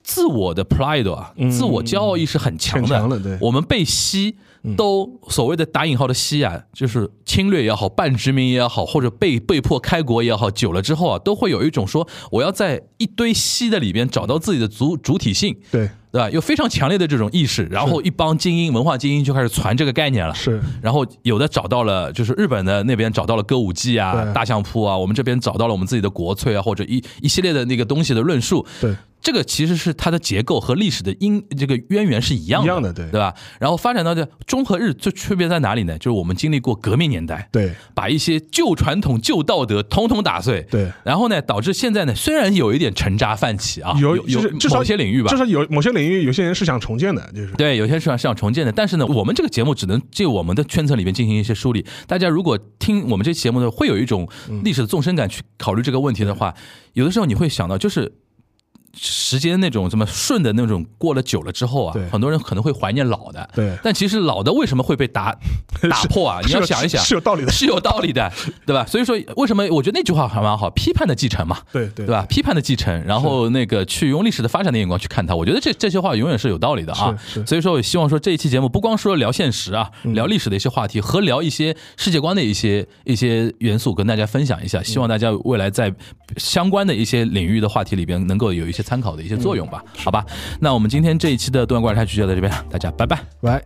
E: 自我的 pride 啊，自我骄傲意识很强的。
D: 很强的对
E: 我们被西都所谓的打引号的西啊，就是侵略也好，半殖民也好，或者被被迫开国也好，久了之后啊，都会有一种说我要在一堆西的里边找到自己的主主体性，
D: 对，
E: 对吧？有非常强烈的这种意识，然后一帮精英文化精英就开始传这个概念了。
D: 是
E: 然后有的找到了，就是日本的那边找到了歌舞伎啊、
D: 对
E: 大相扑啊，我们这边找到了我们自己的国粹啊，或者一一系列的那个东西的论述。
D: 对，
E: 这个其实是它的结构和历史的因这个渊源是一样的，
D: 一样的对
E: 对吧？然后发展到这中和日最区别在哪里呢？就是我们经历过革命年代，
D: 对
E: 把一些旧传统、旧道德通通打碎，
D: 对。
E: 然后呢，导致现在呢，虽然有一点沉渣泛起啊，
D: 有
E: 有
D: 就是至少
E: 某些领域吧，啊
D: 就是有某些领域有些人是想重建的，就是
E: 对，有些是想是想重建的，但是呢，我们这个节目只能借我们的圈层里面进行一些梳理。大家如果听我们这期节目呢，
D: 嗯
E: 会有一种历史的纵深感去考虑这个问题的话，有的时候你会想到，就是时间那种什么顺的那种过了久了之后啊
D: 对，
E: 很多人可能会怀念老的。
D: 对
E: 但其实老的为什么会被打打破啊？你
D: 是
E: 要
D: 有
E: 想一想，
D: 是有道理的
E: 是有道理的，对吧？所以说，为什么我觉得那句话还蛮好，批判的继承嘛，
D: 对对
E: 对吧？批判的继承，然后那个去用历史的发展的眼光去看它，我觉得这这些话永远是有道理的啊
D: 是。是嗯
E: 所以说，我希望说这一期节目不光说聊现实啊，聊历史的一些话题和聊一些世界观的一些一些元素，跟大家分享一
D: 嗯
E: 下。希望大家未来在相关的一些领域的话题里边能够有一些参考的一些作用
D: 嗯
E: 吧，好吧？那我们今天这一期的《段观察局》就到这边了，大家拜拜。
F: 喂。